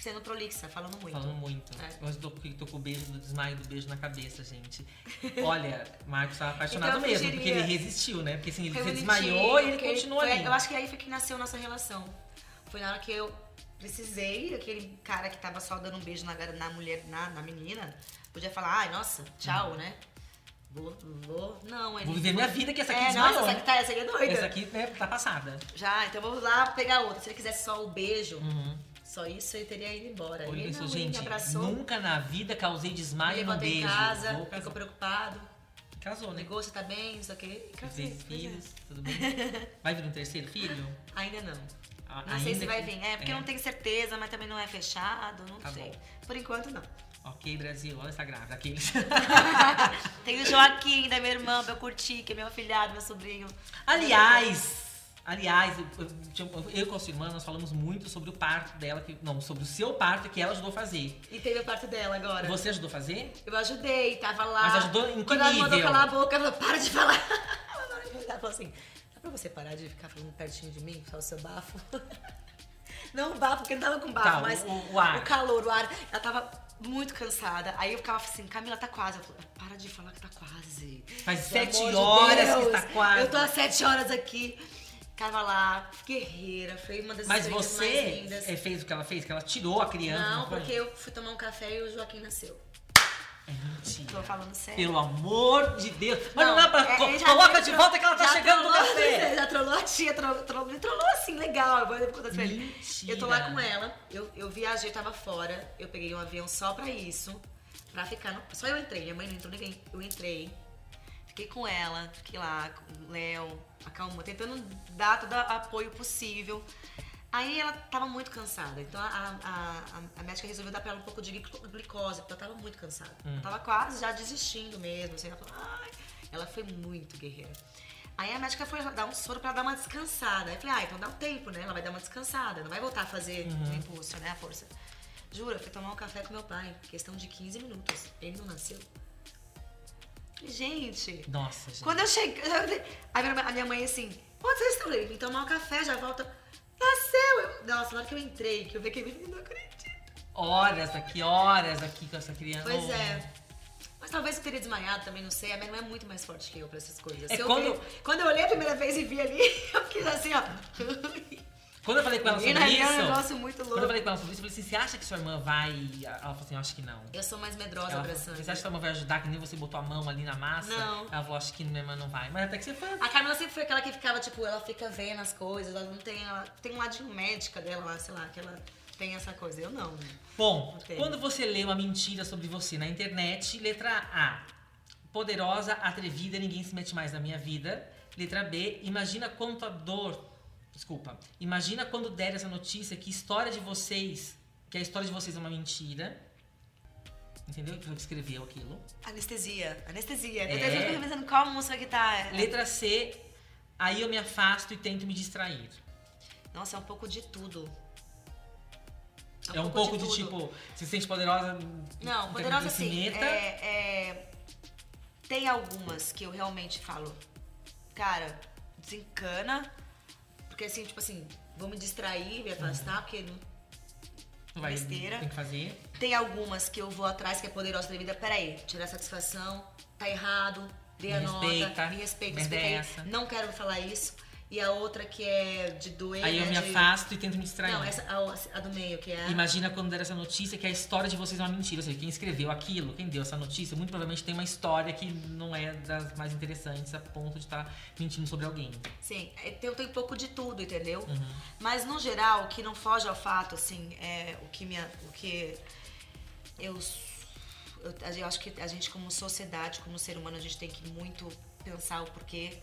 Speaker 2: sendo prolixa, falando muito.
Speaker 1: falando muito.
Speaker 2: É.
Speaker 1: Mas eu tô, tô com o beijo do desmaio do beijo na cabeça, gente. Olha, Marcos tava apaixonado
Speaker 2: Então eu
Speaker 1: mesmo,
Speaker 2: fugiria.
Speaker 1: porque ele resistiu, né? Porque assim, ele
Speaker 2: Foi
Speaker 1: se
Speaker 2: bonitinho,
Speaker 1: desmaiou e ele
Speaker 2: porque
Speaker 1: continuou
Speaker 2: foi-
Speaker 1: ali.
Speaker 2: Eu acho que aí foi que nasceu nossa relação. Foi na hora que eu precisei, aquele cara que tava só dando um beijo na, gar- na mulher, na, na menina, podia falar, ai, nossa, tchau, né? Vou, vou. Não, ele.
Speaker 1: Uhum. Vou viver minha vida, que essa aqui
Speaker 2: é,
Speaker 1: desmaiou. né?
Speaker 2: nossa, essa aqui, tá, essa aqui é doida.
Speaker 1: Essa aqui né, tá passada.
Speaker 2: Já, então vou lá pegar outra. Se ele quisesse só o beijo, só isso, ele teria ido embora.
Speaker 1: Ele pensou,
Speaker 2: não, ele me
Speaker 1: Uhum. gente,
Speaker 2: Uhum. abraçou,
Speaker 1: nunca na vida causei
Speaker 2: me
Speaker 1: desmaio num
Speaker 2: levantou
Speaker 1: beijo.
Speaker 2: em casa,
Speaker 1: Vou
Speaker 2: ficou
Speaker 1: casar.
Speaker 2: preocupado.
Speaker 1: Casou, né?
Speaker 2: Ligou, você tá bem, não sei o quê. E casei,
Speaker 1: Três
Speaker 2: pois é.
Speaker 1: filhos, tudo bem. Vai vir um terceiro filho?
Speaker 2: Ainda não.
Speaker 1: A-
Speaker 2: Não sei
Speaker 1: ainda
Speaker 2: se vai
Speaker 1: que-
Speaker 2: vir. É, porque eu não tenho certeza, mas também não é fechado, não
Speaker 1: Tá
Speaker 2: sei.
Speaker 1: bom.
Speaker 2: Por enquanto, não.
Speaker 1: Ok, Brasil, olha essa grávida. Aqueles.
Speaker 2: Tem o Joaquim, da minha irmã, pra eu curtir, que é meu afilhado, meu sobrinho.
Speaker 1: Aliás, aliás, eu, eu- eu com a sua irmã, nós falamos muito sobre o parto dela, que, não, sobre o seu parto que ela ajudou a fazer.
Speaker 2: E teve a parte dela agora.
Speaker 1: Você ajudou a fazer?
Speaker 2: Eu ajudei, tava lá.
Speaker 1: Mas ajudou em que
Speaker 2: Quando ela mandou
Speaker 1: nível?
Speaker 2: calar a boca, ela falou, para de falar. Ela parou de falar. Ela falou assim, dá pra você parar de ficar falando pertinho de mim, só o seu bafo? Não o bafo, porque eu não tava com bafo,
Speaker 1: Tá, o-
Speaker 2: mas
Speaker 1: o- o ar.
Speaker 2: calor, o ar. Ela tava muito cansada. Aí eu ficava assim, Camila, tá quase. Ela falou, para de falar que tá quase.
Speaker 1: Faz
Speaker 2: Pelo
Speaker 1: sete
Speaker 2: amor de
Speaker 1: horas que
Speaker 2: Deus,
Speaker 1: tá quase.
Speaker 2: Eu tô há sete horas aqui. Tava lá, guerreira, foi uma das
Speaker 1: Mas
Speaker 2: experiências mais
Speaker 1: você né?
Speaker 2: lindas.
Speaker 1: eh, fez o que ela fez, que ela tirou a criança.
Speaker 2: Não,
Speaker 1: foi?
Speaker 2: porque eu fui tomar um café e o Joaquim nasceu.
Speaker 1: É mentira.
Speaker 2: Tô falando sério.
Speaker 1: Pelo amor de Deus. Mas não,
Speaker 2: Não,
Speaker 1: dá pra.
Speaker 2: é,
Speaker 1: co-
Speaker 2: ele já-
Speaker 1: coloca
Speaker 2: ele
Speaker 1: de
Speaker 2: tro-
Speaker 1: volta que ela tá
Speaker 2: já um
Speaker 1: chegando no
Speaker 2: trollou,
Speaker 1: café.
Speaker 2: Já trollou a tia, trollou, trollou, me trollou assim, legal. Agora eu vou contar pra ele.
Speaker 1: Mentira.
Speaker 2: Eu tô lá com ela, eu, eu viajei, tava fora, eu peguei um avião só pra isso, pra ficar. No, só eu entrei, minha mãe não entrou ninguém. Eu entrei, fiquei com ela, fiquei lá com o Léo, acalmou, tentando dar todo apoio possível. Aí ela tava muito cansada, então a, a, a- a médica resolveu dar pra ela um pouco de glico- glicose, porque ela tava muito cansada. Ela Tava quase já desistindo mesmo, assim, ela falou, ai. Ela foi muito guerreira. Aí a médica foi dar um soro pra ela dar uma descansada. Aí eu falei, ah, então dá um tempo, né? Ela vai dar uma descansada, não vai voltar a fazer o impulso, né? A força. Jura, eu fui tomar um café com meu pai, questão de 15 minutos. Ele não nasceu. Gente,
Speaker 1: Nossa, gente.
Speaker 2: quando eu cheguei. A minha, a minha mãe assim, onde vocês estão? Eu Vim tomar um café, já volta. Nasceu! Eu- nossa, na hora que eu entrei, que eu vi aquele menino, não acredito.
Speaker 1: Horas aqui, horas aqui com essa criança.
Speaker 2: Pois
Speaker 1: Oh.
Speaker 2: é. Mas talvez eu teria desmaiado também, não sei. A minha irmã é muito mais forte que eu pra essas coisas.
Speaker 1: É
Speaker 2: Se eu
Speaker 1: quando-
Speaker 2: vi- quando eu olhei a primeira vez e vi ali, eu fiquei assim, ó.
Speaker 1: Quando eu falei com ela sobre
Speaker 2: Menina, é um
Speaker 1: isso.
Speaker 2: negócio muito louco.
Speaker 1: Quando eu falei com ela sobre isso, eu falei assim: você acha que sua irmã vai. Ela falou assim: eu acho que não.
Speaker 2: Eu sou mais medrosa
Speaker 1: Ela
Speaker 2: pra
Speaker 1: falou,
Speaker 2: sangue.
Speaker 1: você acha que tua mãe vai ajudar, que nem você botou a mão ali na massa?
Speaker 2: Não.
Speaker 1: Ela falou, acho que minha mãe não vai. Mas até que você foi.
Speaker 2: A Camila sempre foi aquela que ficava, tipo, ela fica vendo as coisas, ela não tem. Ela tem um ladinho médica dela lá, sei lá, que ela tem essa coisa. Eu não, né?
Speaker 1: Bom,
Speaker 2: Ok.
Speaker 1: quando você lê uma mentira sobre você na internet, letra A. Poderosa, atrevida, ninguém se mete mais na minha vida. Letra B. Imagina quanto a dor. Desculpa. Imagina quando der essa notícia que história de vocês. Que a história de vocês é uma mentira. Entendeu? Que escreveu aquilo.
Speaker 2: Anestesia. Anestesia.
Speaker 1: É.
Speaker 2: Eu até fico pensando qual música que tá.
Speaker 1: Letra C, aí eu me afasto e tento me distrair.
Speaker 2: Nossa, é um pouco de tudo.
Speaker 1: É um pouco de,
Speaker 2: tudo.
Speaker 1: tipo, se sente poderosa.
Speaker 2: Não,
Speaker 1: em
Speaker 2: poderosa
Speaker 1: termos de
Speaker 2: assim.
Speaker 1: cineta.
Speaker 2: é- é, tem algumas que eu realmente falo, cara, desencana, porque assim, tipo assim, vou me distrair, me afastar, porque não-
Speaker 1: Não vai,
Speaker 2: besteira.
Speaker 1: Tem que fazer.
Speaker 2: tem algumas que eu vou atrás, que é poderosa da vida, peraí, tirar satisfação, tá errado, dê
Speaker 1: Me
Speaker 2: a nota,
Speaker 1: respeita,
Speaker 2: me respeita,
Speaker 1: merda
Speaker 2: respeita
Speaker 1: é
Speaker 2: aí,
Speaker 1: essa.
Speaker 2: não quero falar isso. E a outra que é de doer,
Speaker 1: Aí eu me
Speaker 2: né, de-
Speaker 1: afasto e tento me distrair.
Speaker 2: Não, essa, a, a do meio, que é...
Speaker 1: Imagina quando der essa notícia que a história de vocês é uma mentira. Ou seja, quem escreveu aquilo, quem deu essa notícia, muito provavelmente tem uma história que não é das mais interessantes a ponto de estar mentindo sobre alguém.
Speaker 2: Sim, é, tem, tem um pouco de tudo, entendeu? Mas no geral, o que não foge ao fato, assim, é o que minha. O que eu, s- eu. a- Eu acho que a gente, como sociedade, como ser humano, a gente tem que muito pensar o porquê.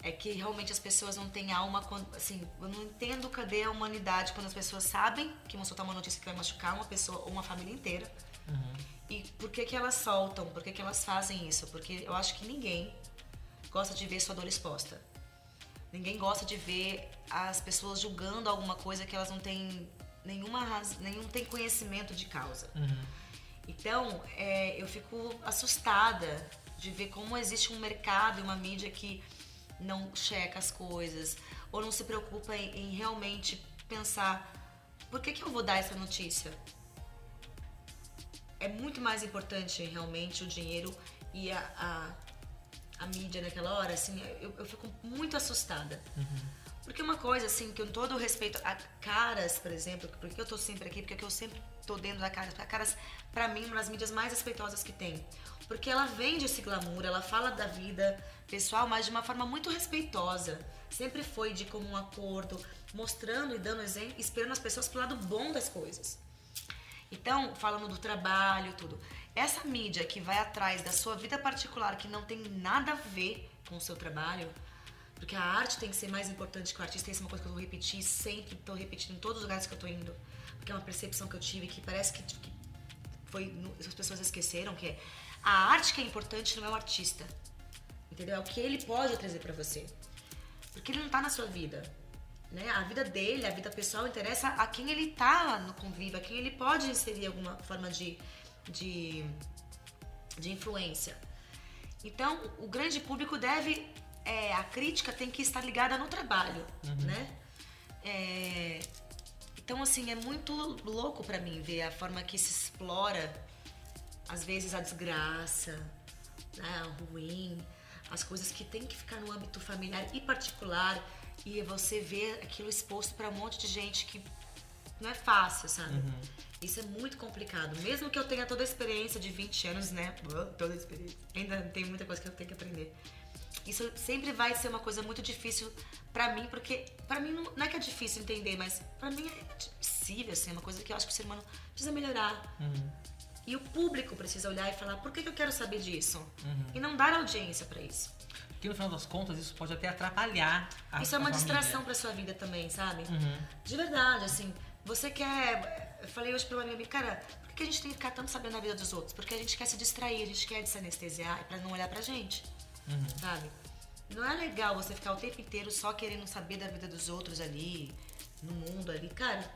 Speaker 2: É que realmente as pessoas não têm alma quando. Assim, eu não entendo cadê a humanidade quando as pessoas sabem que vão soltar uma notícia que vai machucar uma pessoa ou uma família inteira. E por que que elas soltam? Por que que elas fazem isso? Porque eu acho que ninguém gosta de ver sua dor exposta. Ninguém gosta de ver as pessoas julgando alguma coisa que elas não têm nenhuma raz... nenhum tem conhecimento de causa.
Speaker 1: Uhum,
Speaker 2: Então, é, eu fico assustada de ver como existe um mercado e uma mídia que não checa as coisas ou não se preocupa em, em realmente pensar por que, que eu vou dar essa notícia? É muito mais importante realmente o dinheiro e a, a, a mídia naquela hora, assim, eu, eu fico muito assustada. Porque uma coisa, assim, que eu todo respeito a Caras, por exemplo, porque eu tô sempre aqui, porque é eu sempre tô dentro da Caras. A Caras, pra mim, é uma das mídias mais respeitosas que tem. Porque ela vende esse glamour, ela fala da vida pessoal, mas de uma forma muito respeitosa. Sempre foi de comum acordo, mostrando e dando exemplo, esperando as pessoas pro lado bom das coisas. Então, falando do trabalho, tudo. Essa mídia que vai atrás da sua vida particular, que não tem nada a ver com o seu trabalho, porque a arte tem que ser mais importante que o artista, isso é uma coisa que eu vou repetir, sempre tô repetindo em todos os lugares que eu tô indo, porque é uma percepção que eu tive que parece que, que foi, no- as pessoas esqueceram que é a arte que é importante não é o artista. Entendeu? É o que ele pode trazer pra você. Porque ele não tá na sua vida. Né? A vida dele, a vida pessoal, interessa a quem ele tá no convívio, a quem ele pode inserir alguma forma de, de, de influência. Então, o grande público deve. é, a crítica tem que estar ligada no trabalho, né? É, então, assim, é muito louco pra mim ver a forma que se explora às vezes a desgraça, né, o ruim, as coisas que tem que ficar no âmbito familiar e particular e você vê aquilo exposto pra um monte de gente que não é fácil, sabe? Isso é muito complicado. Mesmo que eu tenha toda a experiência de 20 anos, né? Bã, Toda a experiência. Ainda tem muita coisa que eu tenho que aprender. Isso sempre vai ser uma coisa muito difícil pra mim, porque pra mim não, não é que é difícil entender, mas pra mim é impossível, assim, é uma coisa que eu acho que o ser humano precisa melhorar.
Speaker 1: uhum.
Speaker 2: E o público precisa olhar e falar: por que, que eu quero saber disso?
Speaker 1: Uhum.
Speaker 2: E não dar audiência pra isso.
Speaker 1: Porque no final das contas, isso pode até atrapalhar a
Speaker 2: isso
Speaker 1: a
Speaker 2: é uma
Speaker 1: família. Uhum.
Speaker 2: distração pra sua vida também, sabe? De verdade, assim, você quer. Eu falei hoje pra uma minha amiga, cara, por que que a gente tem que ficar tanto sabendo a vida dos outros? Porque a gente quer se distrair, a gente quer se anestesiar pra não olhar pra gente,
Speaker 1: Uhum.
Speaker 2: sabe? Não é legal você ficar o tempo inteiro só querendo saber da vida dos outros ali, no mundo ali. Cara,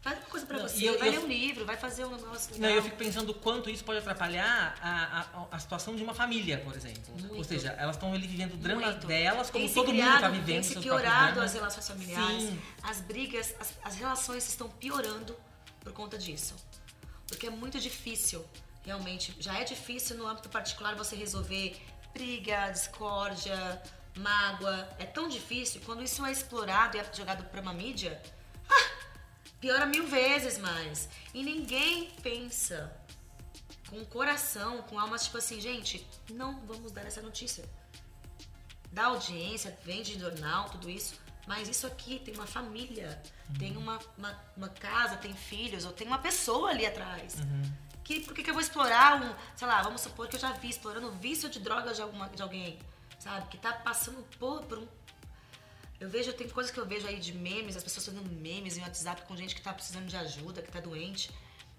Speaker 2: faz uma coisa pra
Speaker 1: Não,
Speaker 2: você,
Speaker 1: e eu-
Speaker 2: vai
Speaker 1: eu-
Speaker 2: ler um livro, vai fazer um negócio.
Speaker 1: Não,
Speaker 2: legal.
Speaker 1: eu fico pensando o quanto isso pode atrapalhar a, a- a situação de uma família, por exemplo.
Speaker 2: Muito.
Speaker 1: Ou seja, elas estão ali vivendo o drama
Speaker 2: Muito.
Speaker 1: delas, como
Speaker 2: Tem se
Speaker 1: todo mundo
Speaker 2: criado,
Speaker 1: está vivendo.
Speaker 2: Tem se
Speaker 1: seus próprios
Speaker 2: piorado
Speaker 1: dramas.
Speaker 2: as relações familiares,
Speaker 1: Sim.
Speaker 2: as brigas, as, as relações estão piorando por conta disso. Porque é muito difícil, realmente. Já é difícil no âmbito particular você resolver briga, discórdia, mágoa. É tão difícil. Quando isso é explorado e é jogado pra uma mídia, ah, piora mil vezes mais. E ninguém pensa com o coração, com alma, tipo assim, gente, não vamos dar essa notícia. Dá audiência, vende jornal, tudo isso, mas isso aqui tem uma família, tem uma, uma, uma casa, tem filhos, ou tem uma pessoa ali atrás. Que, por que, que eu vou explorar um, sei lá, vamos supor que eu já vi explorando o vício de droga de, alguma, de alguém, sabe? Que tá passando por, por um eu vejo, tem coisas que eu vejo aí de memes, as pessoas fazendo memes em WhatsApp com gente que tá precisando de ajuda, que tá doente.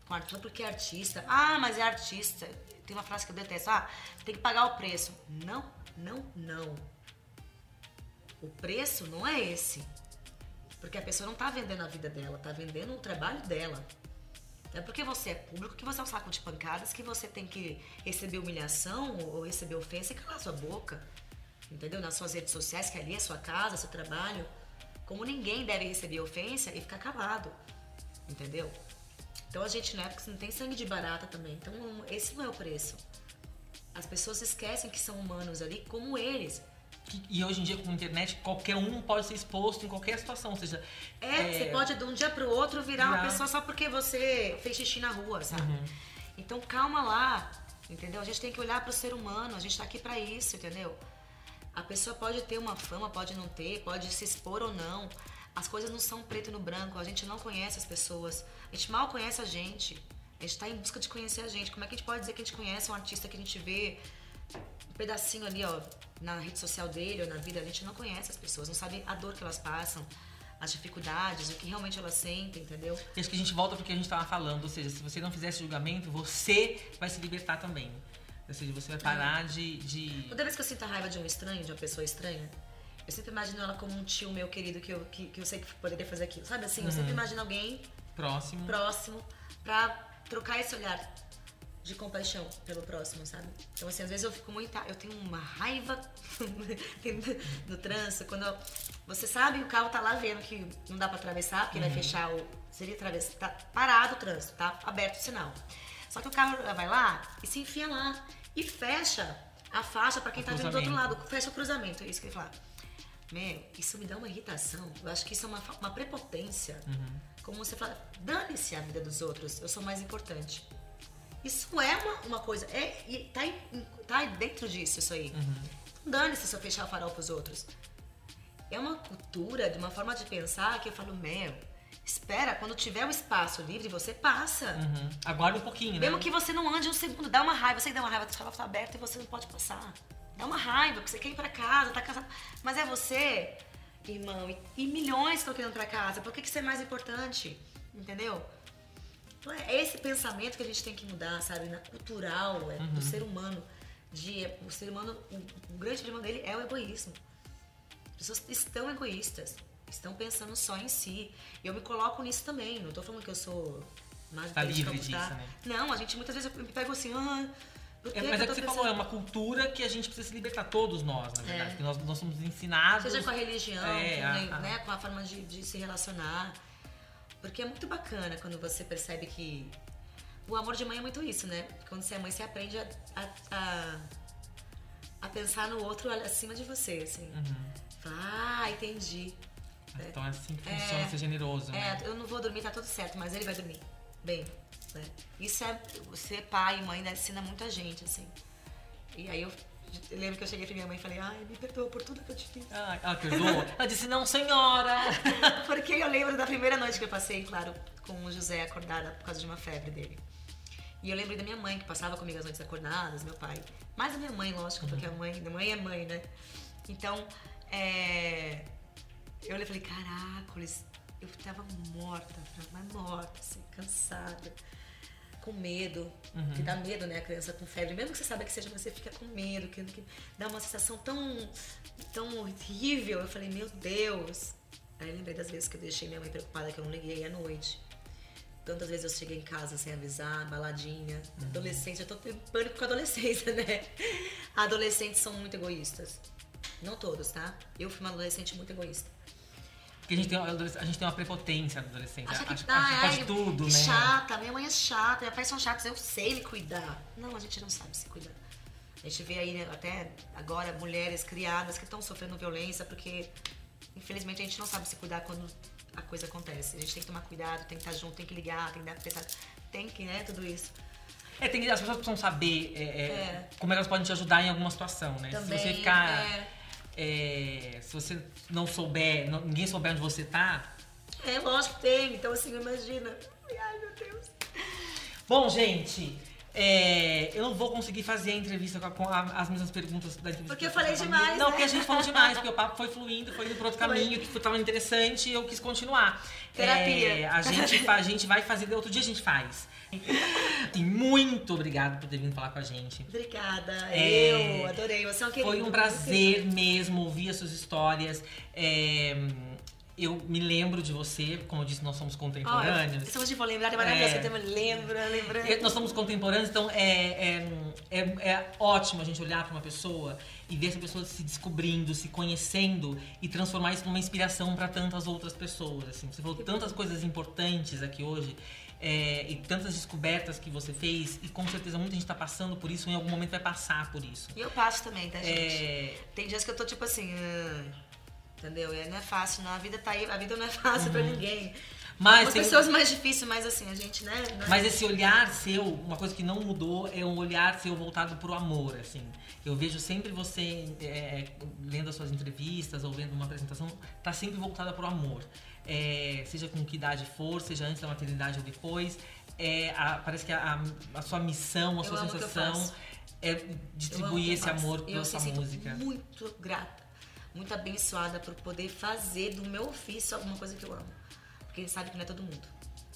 Speaker 2: com o Arthur porque é artista. Ah, mas é artista. Tem uma frase que eu detesto. Ah, tem que pagar o preço. Não, não, não. O preço não é esse. Porque a pessoa não tá vendendo a vida dela, tá vendendo o trabalho dela. É porque você é público que você é um saco de pancadas, que você tem que receber humilhação ou receber ofensa e calar sua boca. Entendeu? Nas suas redes sociais, que ali é sua casa, seu trabalho. Como ninguém deve receber ofensa e ficar calado. Entendeu? Então a gente, né, porque não tem sangue de barata também. Então esse não é o preço. As pessoas esquecem que são humanos ali como eles.
Speaker 1: Que- E hoje em dia, com a internet, qualquer um pode ser exposto em qualquer situação. Ou seja,
Speaker 2: É, você pode de um dia pro outro virar uma
Speaker 1: Virar.
Speaker 2: pessoa só porque você fez xixi na rua, sabe? Então calma lá, entendeu? A gente tem que olhar pro ser humano, a gente tá aqui pra isso, entendeu? A pessoa pode ter uma fama, pode não ter, pode se expor ou não. As coisas não são preto no branco, a gente não conhece as pessoas, a gente mal conhece a gente. A gente tá em busca de conhecer a gente. Como é que a gente pode dizer que a gente conhece um artista que a gente vê um pedacinho ali, ó, na rede social dele ou na vida, a gente não conhece as pessoas, não sabe a dor que elas passam, as dificuldades, o que realmente elas sentem, entendeu?
Speaker 1: E acho que a gente volta porque a gente tava falando, ou seja, se você não fizer esse julgamento, você vai se libertar também. Ou seja, você vai parar de. de...
Speaker 2: Toda vez que eu sinto a raiva de um estranho, de uma pessoa estranha, eu sempre imagino ela como um tio meu querido que eu, que, que eu sei que poderia fazer aquilo. Sabe assim? Eu sempre imagino alguém
Speaker 1: Próximo.
Speaker 2: próximo pra trocar esse olhar de compaixão pelo próximo, sabe? Então, assim, às vezes eu fico muito. Eu tenho uma raiva no trânsito. Quando eu- você sabe, o carro tá lá vendo que não dá pra atravessar, porque vai fechar o. Seria atravessar. Tá parado o trânsito, tá aberto o sinal. Só que o carro vai lá e se enfia lá. E fecha a faixa pra quem
Speaker 1: O
Speaker 2: tá vindo do outro
Speaker 1: cruzamento.
Speaker 2: lado. Fecha o cruzamento, é isso que eu ia falar. Meu, isso me dá uma irritação. Eu acho que isso é uma, fa- uma prepotência. Como você fala, dane-se a vida dos outros, eu sou mais importante. Isso é uma, uma coisa, é, e tá, em- em- tá dentro disso isso aí. Dane-se se eu fechar o farol pros outros. É uma cultura, de uma forma de pensar que eu falo, meu, espera, quando tiver o espaço livre, você passa.
Speaker 1: Uhum. Aguarda um pouquinho, né?
Speaker 2: Mesmo que você não ande um segundo, dá uma raiva. Eu sei que dá uma raiva, o farol tá aberto e você não pode passar. Dá uma raiva, porque você quer ir pra casa, tá cansado. Mas é você, irmão, e, e milhões estão querendo ir pra casa. Por que, que isso é mais importante? Entendeu? Então é esse pensamento que a gente tem que mudar, sabe? Na cultural, é,
Speaker 1: Uhum.
Speaker 2: do ser humano. De, o ser humano, o, o grande problema dele é o egoísmo. As pessoas estão egoístas, estão pensando só em si. E eu me coloco nisso também, não tô falando que eu sou mais
Speaker 1: Tá
Speaker 2: inteligente
Speaker 1: livre
Speaker 2: que eu, tá?
Speaker 1: disso, né?
Speaker 2: Não, a gente muitas vezes eu me pego assim, ah, por que
Speaker 1: É,
Speaker 2: que
Speaker 1: mas é
Speaker 2: eu
Speaker 1: o
Speaker 2: tô
Speaker 1: que você
Speaker 2: pensando
Speaker 1: falou,
Speaker 2: É.
Speaker 1: é uma cultura que a gente precisa se libertar, todos nós, na verdade. Porque nós, nós somos ensinados.
Speaker 2: Seja com a religião,
Speaker 1: É,
Speaker 2: com,
Speaker 1: a- a-
Speaker 2: né, com a forma de, de se relacionar. Porque é muito bacana quando você percebe que. O amor de mãe é muito isso, né? Quando você é mãe, você aprende a, a, a- a pensar no outro acima de você, assim.
Speaker 1: Hum.
Speaker 2: Fala, ah, entendi.
Speaker 1: Uhum. Então é assim que funciona, ser generoso. né?
Speaker 2: É, eu não vou dormir, tá tudo certo, mas ele vai dormir bem. né? Isso é. Ser pai e mãe né, ensina muita gente, assim. E aí eu, eu lembro que eu cheguei pra minha mãe e falei, ai, me perdoa por tudo que eu te fiz.
Speaker 1: Ah, ela perdoa? ela disse, não, senhora!
Speaker 2: Porque eu lembro da primeira noite que eu passei, claro, com o José acordada por causa de uma febre dele. E eu lembrei da minha mãe, que passava comigo as noites acordadas, meu pai. Mais a minha mãe, lógico, porque a mãe, a mãe é mãe, né? Então, é... eu olhei e falei, caracoles, eu tava morta, mas morta, assim, cansada, com medo. Que dá medo, né, a criança com febre. Mesmo que você saiba que seja, você fica com medo, que, que dá uma sensação tão, tão horrível. Eu falei, meu Deus. Aí eu lembrei das vezes que eu deixei minha mãe preocupada que eu não liguei à noite. Tantas vezes eu cheguei em casa sem avisar, baladinha, adolescente. Eu tô em pânico com a adolescência, né? Adolescentes são muito egoístas. Não todos, tá? Eu fui uma adolescente muito egoísta.
Speaker 1: Porque a gente tem, uma- a gente tem uma prepotência do adolescente.
Speaker 2: Acha que
Speaker 1: acha,
Speaker 2: dá,
Speaker 1: acha que faz
Speaker 2: ai,
Speaker 1: tudo,
Speaker 2: que
Speaker 1: né?
Speaker 2: chata, minha mãe é chata, minha pais são chatos, eu sei me cuidar. Não, a gente não sabe se cuidar. A gente vê aí né, até agora mulheres criadas que estão sofrendo violência porque, infelizmente, a gente não sabe se cuidar quando a coisa acontece. A gente tem que tomar cuidado, tem que estar junto, tem que ligar, tem que dar pensar, tem que, né, tudo isso.
Speaker 1: É, tem, que- as pessoas precisam saber é, é,
Speaker 2: É.
Speaker 1: como elas podem te ajudar em alguma situação, né?
Speaker 2: Também,
Speaker 1: se você ficar.
Speaker 2: é.
Speaker 1: é, se você não souber, não- ninguém souber onde você tá.
Speaker 2: É, lógico que tem, então assim, imagina. Ai, meu Deus.
Speaker 1: Bom, gente, é, eu não vou conseguir fazer a entrevista com, a- com a- as mesmas perguntas da entrevista. que
Speaker 2: Porque eu falei
Speaker 1: fiz com a
Speaker 2: demais,
Speaker 1: Camila. Não,
Speaker 2: né?
Speaker 1: porque a gente falou demais, porque o papo foi fluindo, foi indo para outro caminho, que foi- tava interessante e eu quis continuar.
Speaker 2: Terapia.
Speaker 1: É, a, gente, fa- a gente vai fazer, outro dia a gente faz. E muito obrigado por ter vindo falar com a gente.
Speaker 2: Obrigada.
Speaker 1: É,
Speaker 2: Eu adorei. Você é um querido.
Speaker 1: Foi um prazer mesmo ouvir as suas histórias. É, eu me lembro de você, como eu disse, nós somos
Speaker 2: Ó,
Speaker 1: contemporâneos.
Speaker 2: se eu te vou lembrar, é maravilhoso.
Speaker 1: É.
Speaker 2: Eu também lembra, lembra.
Speaker 1: É, Nós somos contemporâneos, então é, é, é, é ótimo a gente olhar para uma pessoa e ver essa pessoa se descobrindo, se conhecendo e transformar isso numa inspiração para tantas outras pessoas. Assim. Você falou tantas coisas importantes aqui hoje é, e tantas descobertas que você fez, e com certeza muita gente está passando por isso, em algum momento vai passar por isso.
Speaker 2: E eu passo também, tá, gente?
Speaker 1: É,
Speaker 2: Tem dias que eu tô tipo assim. "Ah", entendeu? E não é fácil, não. A vida tá aí, a vida não é fácil pra ninguém.
Speaker 1: mas
Speaker 2: As
Speaker 1: Uhum. Ah, tem- um
Speaker 2: pessoas mais difíceis, mas assim, a gente, né? não-
Speaker 1: Mas esse olhar seu, uma coisa que não mudou é um olhar seu voltado pro amor, assim. Eu vejo sempre você é, lendo as suas entrevistas ou lendo uma apresentação, tá sempre voltada pro amor. É, seja com que idade for, seja antes da maternidade ou depois. É, a- parece que a, a- a sua missão, a
Speaker 2: Eu
Speaker 1: sua
Speaker 2: amo o que eu
Speaker 1: sensação
Speaker 2: faço.
Speaker 1: é
Speaker 2: Eu amo o que
Speaker 1: distribuir
Speaker 2: eu
Speaker 1: esse
Speaker 2: faço.
Speaker 1: amor
Speaker 2: E
Speaker 1: pela sua
Speaker 2: me sinto
Speaker 1: música.
Speaker 2: muito grata, muito abençoada por poder fazer do meu ofício alguma coisa que eu amo. Porque ele sabe que não é todo mundo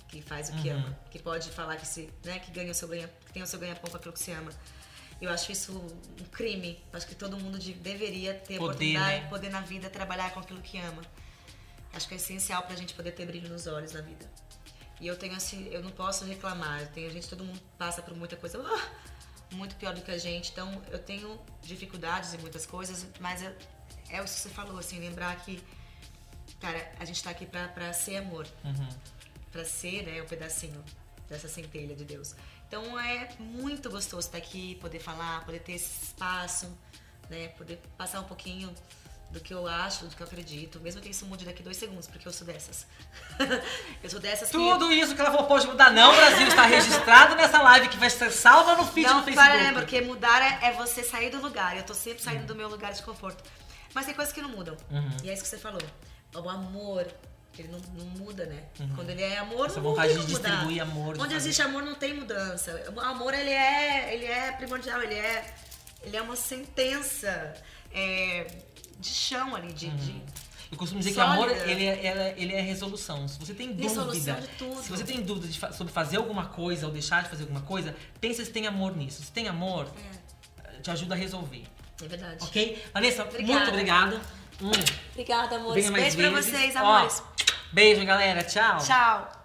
Speaker 2: que faz o que
Speaker 1: Uhum.
Speaker 2: ama, que pode falar que se, né, que ganha o seu ganha, que tem o seu ganha-pão com aquilo que se ama. Eu acho isso um crime. Acho que todo mundo de- deveria ter a
Speaker 1: Poder,
Speaker 2: oportunidade,
Speaker 1: né?
Speaker 2: poder na vida trabalhar com aquilo que ama. Acho que é essencial pra gente poder ter brilho nos olhos na vida. E eu tenho assim, eu não posso reclamar. Eu tenho gente, todo mundo passa por muita coisa ah, muito pior do que a gente. Então eu tenho dificuldades em muitas coisas, mas é, é o que você falou, assim, lembrar que, cara, a gente tá aqui pra, pra ser amor,
Speaker 1: Uhum.
Speaker 2: pra ser, né, um pedacinho dessa centelha de Deus. Então é muito gostoso estar aqui, poder falar, poder ter esse espaço, né, poder passar um pouquinho do que eu acho, do que eu acredito, mesmo que isso mude daqui dois segundos, porque eu sou dessas. eu sou dessas que
Speaker 1: Tudo isso que ela falou pode mudar, não, Brasil, está registrado nessa live que vai ser salva no feed
Speaker 2: Não,
Speaker 1: do
Speaker 2: para,
Speaker 1: Facebook.
Speaker 2: né? Porque mudar é, é você sair do lugar. Eu tô sempre saindo do meu lugar de conforto. Mas tem coisas que não mudam.
Speaker 1: Uhum.
Speaker 2: E é isso que você falou. O amor, ele não, não muda, né? Quando ele é amor,
Speaker 1: Uhum. Essa
Speaker 2: não
Speaker 1: vontade
Speaker 2: tem
Speaker 1: de
Speaker 2: como mudar.
Speaker 1: distribuir amor, de
Speaker 2: Onde
Speaker 1: fazer.
Speaker 2: existe amor, não tem mudança. O amor, ele é, ele é primordial. Ele é, ele é uma sentença é, de chão ali, de...
Speaker 1: Uhum.
Speaker 2: de-
Speaker 1: Eu costumo dizer
Speaker 2: Sólida.
Speaker 1: que o amor ele é, ela- ele é resolução. Se você tem dúvida,
Speaker 2: Resolução de tudo.
Speaker 1: se você tem dúvida de fa- sobre fazer alguma coisa ou deixar de fazer alguma coisa, pensa se tem amor nisso. Se tem amor, te ajuda a resolver.
Speaker 2: É verdade.
Speaker 1: Ok? Vanessa,
Speaker 2: Obrigada.
Speaker 1: muito obrigada. Hum,
Speaker 2: Obrigada, amores.
Speaker 1: venha mais
Speaker 2: Beijo pra
Speaker 1: vezes.
Speaker 2: vocês,
Speaker 1: Ó,
Speaker 2: amores.
Speaker 1: Beijo, galera. Tchau.
Speaker 2: Tchau.